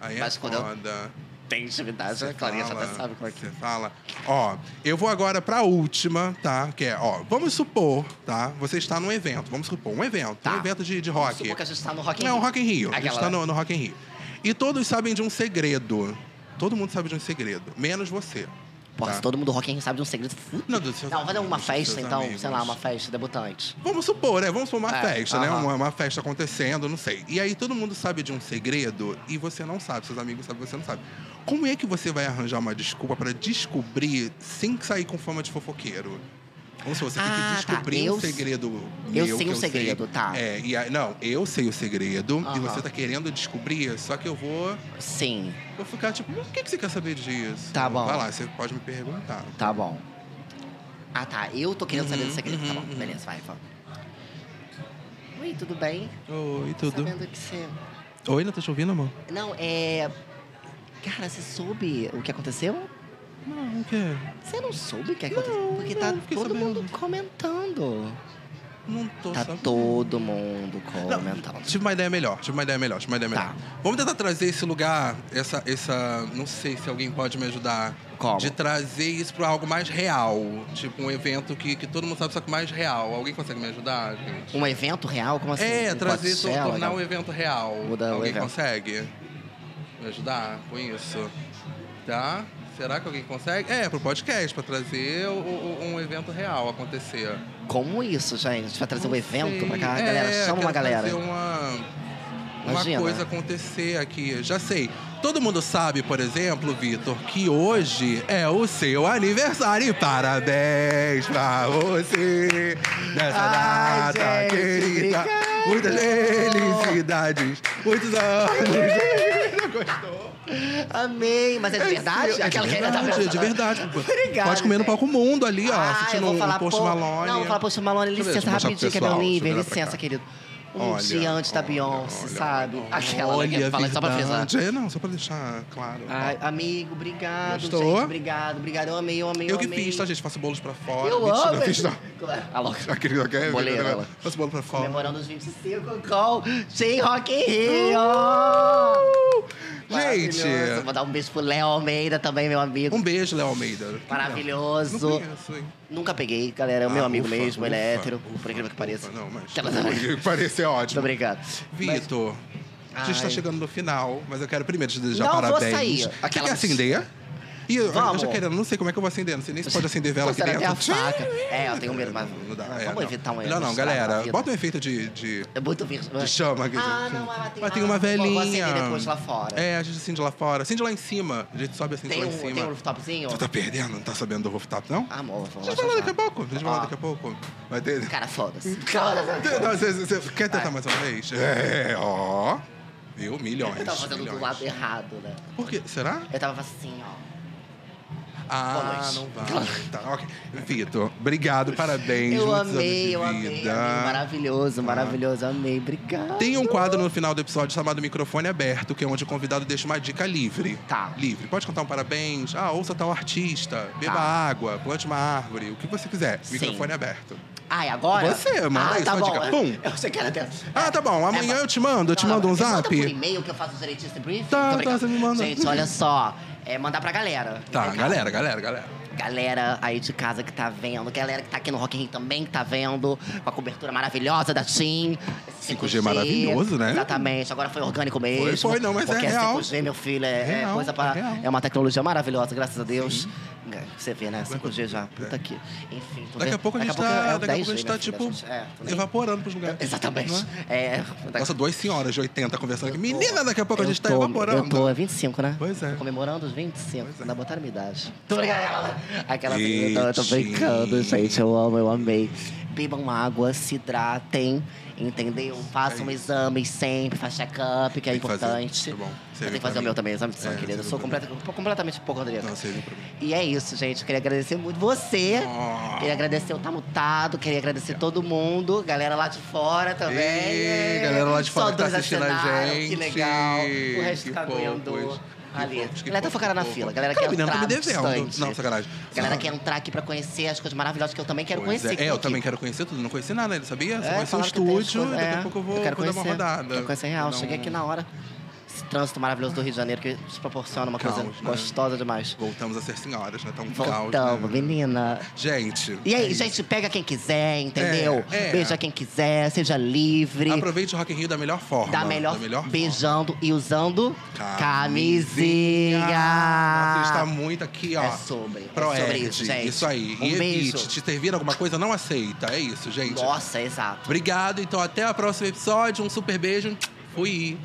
Speaker 5: Aí
Speaker 6: Mas
Speaker 5: é
Speaker 6: quando eu-
Speaker 5: foda.
Speaker 6: Tem intimidade,
Speaker 5: Você
Speaker 6: a Clarinha já
Speaker 5: fala,
Speaker 6: até sabe como é que
Speaker 5: Você
Speaker 6: é.
Speaker 5: fala. Ó, eu vou agora pra última, tá? Que é, ó, vamos supor, tá? Você está num evento, vamos supor, um evento.
Speaker 6: Tá.
Speaker 5: Um evento de, de
Speaker 6: Vamos
Speaker 5: rock.
Speaker 6: supor que a gente tá no Rock in
Speaker 5: Não,
Speaker 6: Rio.
Speaker 5: Rock in Rio. A gente
Speaker 6: Aquela-
Speaker 5: tá no, no Rock in Rio. E todos sabem de um segredo. Todo mundo sabe de um segredo, menos você.
Speaker 6: Porra,
Speaker 5: tá?
Speaker 6: se todo mundo do Rock in Rio sabe de um segredo.
Speaker 5: Não, dos seus
Speaker 6: Não, fazer
Speaker 5: amigos,
Speaker 6: uma
Speaker 5: dos
Speaker 6: festa,
Speaker 5: seus
Speaker 6: então.
Speaker 5: amigos.
Speaker 6: Sei lá, uma festa debutante.
Speaker 5: Vamos supor, é, vamos supor uma
Speaker 6: É,
Speaker 5: festa, né?
Speaker 6: aham.
Speaker 5: Uma, uma festa acontecendo, não sei. E aí todo mundo sabe de um segredo e você não sabe, seus amigos sabem, você não sabe. Como é que você vai arranjar uma desculpa pra descobrir sem sair com fama de fofoqueiro? Vamos supor, você tem
Speaker 6: Ah,
Speaker 5: que
Speaker 6: tá.
Speaker 5: descobrir
Speaker 6: Eu
Speaker 5: um
Speaker 6: sei-
Speaker 5: segredo meu
Speaker 6: eu sei
Speaker 5: que
Speaker 6: um segredo,
Speaker 5: sei.
Speaker 6: tá.
Speaker 5: É, e aí, não, eu sei o segredo e
Speaker 6: Aham.
Speaker 5: você tá querendo descobrir, só que eu vou,
Speaker 6: Sim,
Speaker 5: vou ficar tipo, mas o que, que você quer saber disso?
Speaker 6: Tá bom.
Speaker 5: Vai lá, você pode me perguntar.
Speaker 6: tá bom. Ah, tá. Eu tô querendo saber
Speaker 5: Uhum,
Speaker 6: do segredo. tá bom,
Speaker 5: uhum, uhum.
Speaker 6: beleza, vai, fala. Oi, tudo bem?
Speaker 5: Oi, tudo?
Speaker 6: Sabendo que você.
Speaker 5: Oi, não tá te ouvindo, amor?
Speaker 6: Não, é. Cara, você soube o que aconteceu?
Speaker 5: Não, o quê?
Speaker 6: Você não soube o que aconteceu?
Speaker 5: Não,
Speaker 6: Porque
Speaker 5: não,
Speaker 6: tá
Speaker 5: não fiquei
Speaker 6: todo
Speaker 5: sabendo.
Speaker 6: mundo comentando.
Speaker 5: Não tô
Speaker 6: Tá
Speaker 5: sabendo.
Speaker 6: todo mundo comentando.
Speaker 5: Tive uma ideia melhor, tive uma ideia melhor, tive uma ideia melhor.
Speaker 6: Tá.
Speaker 5: Vamos tentar trazer esse lugar, essa, essa. Não sei se alguém pode me ajudar.
Speaker 6: Como?
Speaker 5: De trazer isso pra algo mais real. Tipo, um evento que, que todo mundo sabe, só que mais real. Alguém consegue me ajudar, gente?
Speaker 6: Um evento real? Como assim?
Speaker 5: é,
Speaker 6: um
Speaker 5: trazer isso,
Speaker 6: Coachella,
Speaker 5: tornar
Speaker 6: não?
Speaker 5: um evento real.
Speaker 6: Mudar o
Speaker 5: alguém
Speaker 6: evento.
Speaker 5: consegue me ajudar com isso? Tá? Será que alguém consegue? É, pro podcast, pra trazer o- o- um evento real acontecer.
Speaker 6: Como isso, gente? Vai trazer um
Speaker 5: Não
Speaker 6: evento
Speaker 5: sei.
Speaker 6: pra cá?
Speaker 5: É,
Speaker 6: galera, chama uma
Speaker 5: quero um-
Speaker 6: galera.
Speaker 5: fazer uma, uma
Speaker 6: Imagina.
Speaker 5: coisa acontecer aqui. Já sei. Todo mundo sabe, por exemplo, Vitor, que hoje é o seu aniversário. E Parabéns pra você nessa
Speaker 6: Ai,
Speaker 5: data
Speaker 6: gente,
Speaker 5: querida.
Speaker 6: obrigado.
Speaker 5: Muitas felicidades, muitos anos.
Speaker 6: Amei, mas é de verdade?
Speaker 5: É de
Speaker 6: Aquela que ainda tá
Speaker 5: verdade, é de
Speaker 6: pensando.
Speaker 5: verdade.
Speaker 6: Obrigada,
Speaker 5: Pode comer no
Speaker 6: gente.
Speaker 5: palco mundo ali, ó.
Speaker 6: Ah, eu
Speaker 5: assistindo
Speaker 6: vou
Speaker 5: um,
Speaker 6: falar,
Speaker 5: um Post
Speaker 6: pô-
Speaker 5: Malone.
Speaker 6: Não, vou falar Post Malone,
Speaker 5: Deixa eu ver,
Speaker 6: licença,
Speaker 5: deixa eu mostrar pro
Speaker 6: rapidinho,
Speaker 5: pessoal,
Speaker 6: Cabelo
Speaker 5: deixa eu
Speaker 6: Nível,
Speaker 5: virar pra
Speaker 6: licença,
Speaker 5: cá.
Speaker 6: querido. Um
Speaker 5: Olha,
Speaker 6: dia antes da
Speaker 5: olha,
Speaker 6: Beyoncé,
Speaker 5: olha,
Speaker 6: sabe?
Speaker 5: olha,
Speaker 6: Aquela né, que
Speaker 5: olha,
Speaker 6: fala só pra frisar.
Speaker 5: verdade. É, não, só pra deixar claro.
Speaker 6: Ai, amigo, obrigado,
Speaker 5: Gostou?
Speaker 6: gente. Obrigado, obrigado. Eu amei, eu amei, eu,
Speaker 5: eu que
Speaker 6: amei.
Speaker 5: fiz, tá, gente? Faço bolos pra fora.
Speaker 6: Eu
Speaker 5: Mentira,
Speaker 6: amo.
Speaker 5: não fiz, tá. não.
Speaker 6: Ah, louca.
Speaker 5: A querida quer?
Speaker 6: Boleira,
Speaker 5: né?
Speaker 6: ela.
Speaker 5: Faço bolo pra fora.
Speaker 6: Comemorando os 25 com Sem Rock in Rio.
Speaker 5: Uh! Gente.
Speaker 6: Maravilhoso. Vou dar um beijo pro Léo Almeida também, meu amigo.
Speaker 5: Um beijo, Léo Almeida. Não
Speaker 6: Maravilhoso.
Speaker 5: conheço, hein?
Speaker 6: Nunca peguei, galera. É o meu
Speaker 5: Ah,
Speaker 6: amigo
Speaker 5: ufa,
Speaker 6: mesmo, ele é
Speaker 5: ufa,
Speaker 6: hétero,
Speaker 5: ufa,
Speaker 6: por incrível que
Speaker 5: ufa,
Speaker 6: pareça.
Speaker 5: Não, mas.
Speaker 6: Aquela-
Speaker 5: Parece é
Speaker 6: Muito
Speaker 5: ótimo.
Speaker 6: obrigado.
Speaker 5: Vitor, a gente
Speaker 6: Ai.
Speaker 5: tá chegando no final, mas eu quero primeiro te desejar
Speaker 6: Não, vou
Speaker 5: parabéns.
Speaker 6: sair.
Speaker 5: Você
Speaker 6: Aquela-
Speaker 5: quer é acender? E eu, eu
Speaker 6: Vamos.
Speaker 5: já querendo, não sei como é que eu vou acender, não sei nem se pode acender vela
Speaker 6: Pô,
Speaker 5: aqui
Speaker 6: será até
Speaker 5: dentro.
Speaker 6: a faca. É, eu tenho medo, mas.
Speaker 5: Não dá, é,
Speaker 6: Vamos evitar um
Speaker 5: Não, não,
Speaker 6: estrada na
Speaker 5: galera,
Speaker 6: vida.
Speaker 5: bota um efeito de- de
Speaker 6: É muito virgem.
Speaker 5: de chama. quer dizer.
Speaker 6: Ah, não, ah, tem,
Speaker 5: Mas tem
Speaker 6: ah,
Speaker 5: uma
Speaker 6: vou-
Speaker 5: velhinha.
Speaker 6: Vou acender depois lá fora.
Speaker 5: É, a gente acende lá fora. Acende lá em cima. A gente sobe assim
Speaker 6: tem,
Speaker 5: lá em
Speaker 6: um, tem um
Speaker 5: cima.
Speaker 6: rooftopzinho?
Speaker 5: Tu tá perdendo? Não tá sabendo do rooftop, não?
Speaker 6: Ah, amor, vamos
Speaker 5: A
Speaker 6: lá.
Speaker 5: gente vai lá
Speaker 6: já,
Speaker 5: daqui a
Speaker 6: já.
Speaker 5: pouco. A gente vai
Speaker 6: Ó.
Speaker 5: lá daqui a pouco. Vai ter...
Speaker 6: Cara, foda-se. Foda-se.
Speaker 5: Não, você, você- você quer tentar mais uma vez? É, ó. Viu? Milhões.
Speaker 6: Eu tava fazendo do
Speaker 5: milhões.
Speaker 6: lado errado, né?
Speaker 5: Por quê? Será?
Speaker 6: Eu tava assim, ó. Boa
Speaker 5: Ah,
Speaker 6: noite.
Speaker 5: não vai. Tá, ok. Vitor, obrigado, parabéns.
Speaker 6: Eu
Speaker 5: muitos anos de
Speaker 6: amei, eu amei, amei.
Speaker 5: vida. Ah.
Speaker 6: Maravilhoso, maravilhoso. Amei, obrigado.
Speaker 5: Tem um quadro no final do episódio chamado Microfone Aberto, que é onde o convidado deixa uma dica livre.
Speaker 6: Tá.
Speaker 5: Livre. Pode cantar um parabéns, ah, ouça tal artista, beba
Speaker 6: Tá.
Speaker 5: água, plante uma árvore, o que você quiser.
Speaker 6: Sim.
Speaker 5: Microfone aberto.
Speaker 6: Ai, agora?
Speaker 5: Você, manda
Speaker 6: ah,
Speaker 5: aí
Speaker 6: tá
Speaker 5: sua
Speaker 6: bom.
Speaker 5: dica. Pum.
Speaker 6: Eu sei que era até...
Speaker 5: Ah, tá bom, amanhã
Speaker 6: É,
Speaker 5: eu te mando, eu te
Speaker 6: Não,
Speaker 5: mando um
Speaker 6: me
Speaker 5: zap.
Speaker 6: Manda por e-mail que eu faço direitinho esse briefing.
Speaker 5: Tá,
Speaker 6: Tô
Speaker 5: tá,
Speaker 6: brincando.
Speaker 5: você me manda.
Speaker 6: Gente, olha só. É mandar pra galera.
Speaker 5: Tá,
Speaker 6: Recado.
Speaker 5: galera, galera, galera.
Speaker 6: Galera aí de casa que tá vendo, galera que tá aqui no Rock in Rio também que tá vendo, com a cobertura maravilhosa da TIM. esse
Speaker 5: 5G maravilhoso, né?
Speaker 6: Exatamente, agora foi orgânico mesmo.
Speaker 5: foi, não, mas é
Speaker 6: porque
Speaker 5: real.
Speaker 6: Porque 5G, meu filho, é, é
Speaker 5: Real,
Speaker 6: coisa
Speaker 5: é real.
Speaker 6: pra... É uma tecnologia maravilhosa, graças a Deus. Você vê, né? 5G já, puta que... Enfim, tu
Speaker 5: É. Daqui
Speaker 6: vê?
Speaker 5: a pouco a gente
Speaker 6: é
Speaker 5: tá,
Speaker 6: o
Speaker 5: daqui a pouco a
Speaker 6: 10G,
Speaker 5: gente tá
Speaker 6: né, filha?
Speaker 5: tipo,
Speaker 6: É, tu nem-
Speaker 5: evaporando pros lugares. Não
Speaker 6: Exatamente.
Speaker 5: é?
Speaker 6: É, daqui-
Speaker 5: Nossa, duas senhoras de 80 conversando aqui. Menina, daqui a pouco a
Speaker 6: Eu
Speaker 5: gente tá
Speaker 6: tô-
Speaker 5: evaporando.
Speaker 6: Eu tô, é 25, né?
Speaker 5: Pois é.
Speaker 6: Tô comemorando os 25,
Speaker 5: Pois é.
Speaker 6: ainda botaram minha idade. Tô brincando. Aquela então
Speaker 5: Gente.
Speaker 6: eu tô brincando, gente. Eu amo, eu amei. Bebam água, se hidratem, entendeu? Façam exames sempre, faça check-up, que é
Speaker 5: É Tem que fazer,
Speaker 6: importante.
Speaker 5: tá bom.
Speaker 6: Eu
Speaker 5: Serviu
Speaker 6: tenho que
Speaker 5: pra
Speaker 6: fazer o
Speaker 5: mim.
Speaker 6: meu também, exame de sangue,
Speaker 5: É,
Speaker 6: querida. Eu
Speaker 5: serviu
Speaker 6: sou
Speaker 5: pra Então,
Speaker 6: completa, completamente hipocondríaca.
Speaker 5: Não, serviu pra mim.
Speaker 6: E é isso, gente. Queria agradecer muito você.
Speaker 5: Oh.
Speaker 6: Queria agradecer o Tamutado, queria agradecer todo mundo, galera lá de fora também. né?
Speaker 5: Ê, galera lá de fora
Speaker 6: Só
Speaker 5: que tá
Speaker 6: dois
Speaker 5: assistindo a
Speaker 6: assinaram,
Speaker 5: gente.
Speaker 6: Que legal. O resto
Speaker 5: Que
Speaker 6: tá
Speaker 5: poucos,
Speaker 6: aguentando.
Speaker 5: que
Speaker 6: Ali.
Speaker 5: poucos, que
Speaker 6: galera tá
Speaker 5: poucos,
Speaker 6: focada na
Speaker 5: que
Speaker 6: fila.
Speaker 5: poucos.
Speaker 6: Galera quer
Speaker 5: Cara, menina,
Speaker 6: entrar
Speaker 5: tá me
Speaker 6: no
Speaker 5: devendo.
Speaker 6: stand.
Speaker 5: Não, sacanagem.
Speaker 6: Galera
Speaker 5: Ah.
Speaker 6: quer entrar aqui pra conhecer as coisas maravilhosas que eu também quero
Speaker 5: Pois
Speaker 6: conhecer.
Speaker 5: é. É,
Speaker 6: aqui.
Speaker 5: eu também quero conhecer tudo. Não conheci nada, ele sabia? Só
Speaker 6: É,
Speaker 5: conheci um
Speaker 6: falaram que tem as
Speaker 5: estúdio e
Speaker 6: coisas-
Speaker 5: daqui
Speaker 6: é,
Speaker 5: a pouco eu vou,
Speaker 6: eu quero
Speaker 5: vou dar
Speaker 6: conhecer,
Speaker 5: uma rodada.
Speaker 6: Quero conhecer real.
Speaker 5: Dar um
Speaker 6: Cheguei aqui na hora. Esse trânsito maravilhoso do Rio de Janeiro que se proporciona uma coisa
Speaker 5: Caos, né?
Speaker 6: gostosa demais.
Speaker 5: Voltamos a ser senhoras, né? Tá um caos.
Speaker 6: Voltamos,
Speaker 5: né?
Speaker 6: menina.
Speaker 5: Gente.
Speaker 6: E
Speaker 5: é
Speaker 6: aí,
Speaker 5: isso.
Speaker 6: gente, pega quem quiser, entendeu?
Speaker 5: É, é.
Speaker 6: Beija quem quiser, seja livre.
Speaker 5: Aproveite o Rock in Rio da melhor forma.
Speaker 6: Da melhor,
Speaker 5: Da melhor forma.
Speaker 6: beijando e usando camisinha.
Speaker 5: Nossa, tá ele está muito aqui, ó.
Speaker 6: É sobre, é
Speaker 5: Proerd,
Speaker 6: sobre isso, gente.
Speaker 5: Isso aí.
Speaker 6: Um
Speaker 5: e
Speaker 6: beijo.
Speaker 5: evite. Te servir alguma coisa, não aceita. É isso, gente.
Speaker 6: Nossa, exato.
Speaker 5: Obrigado. Então, até o próximo episódio. Um super beijo. Fui.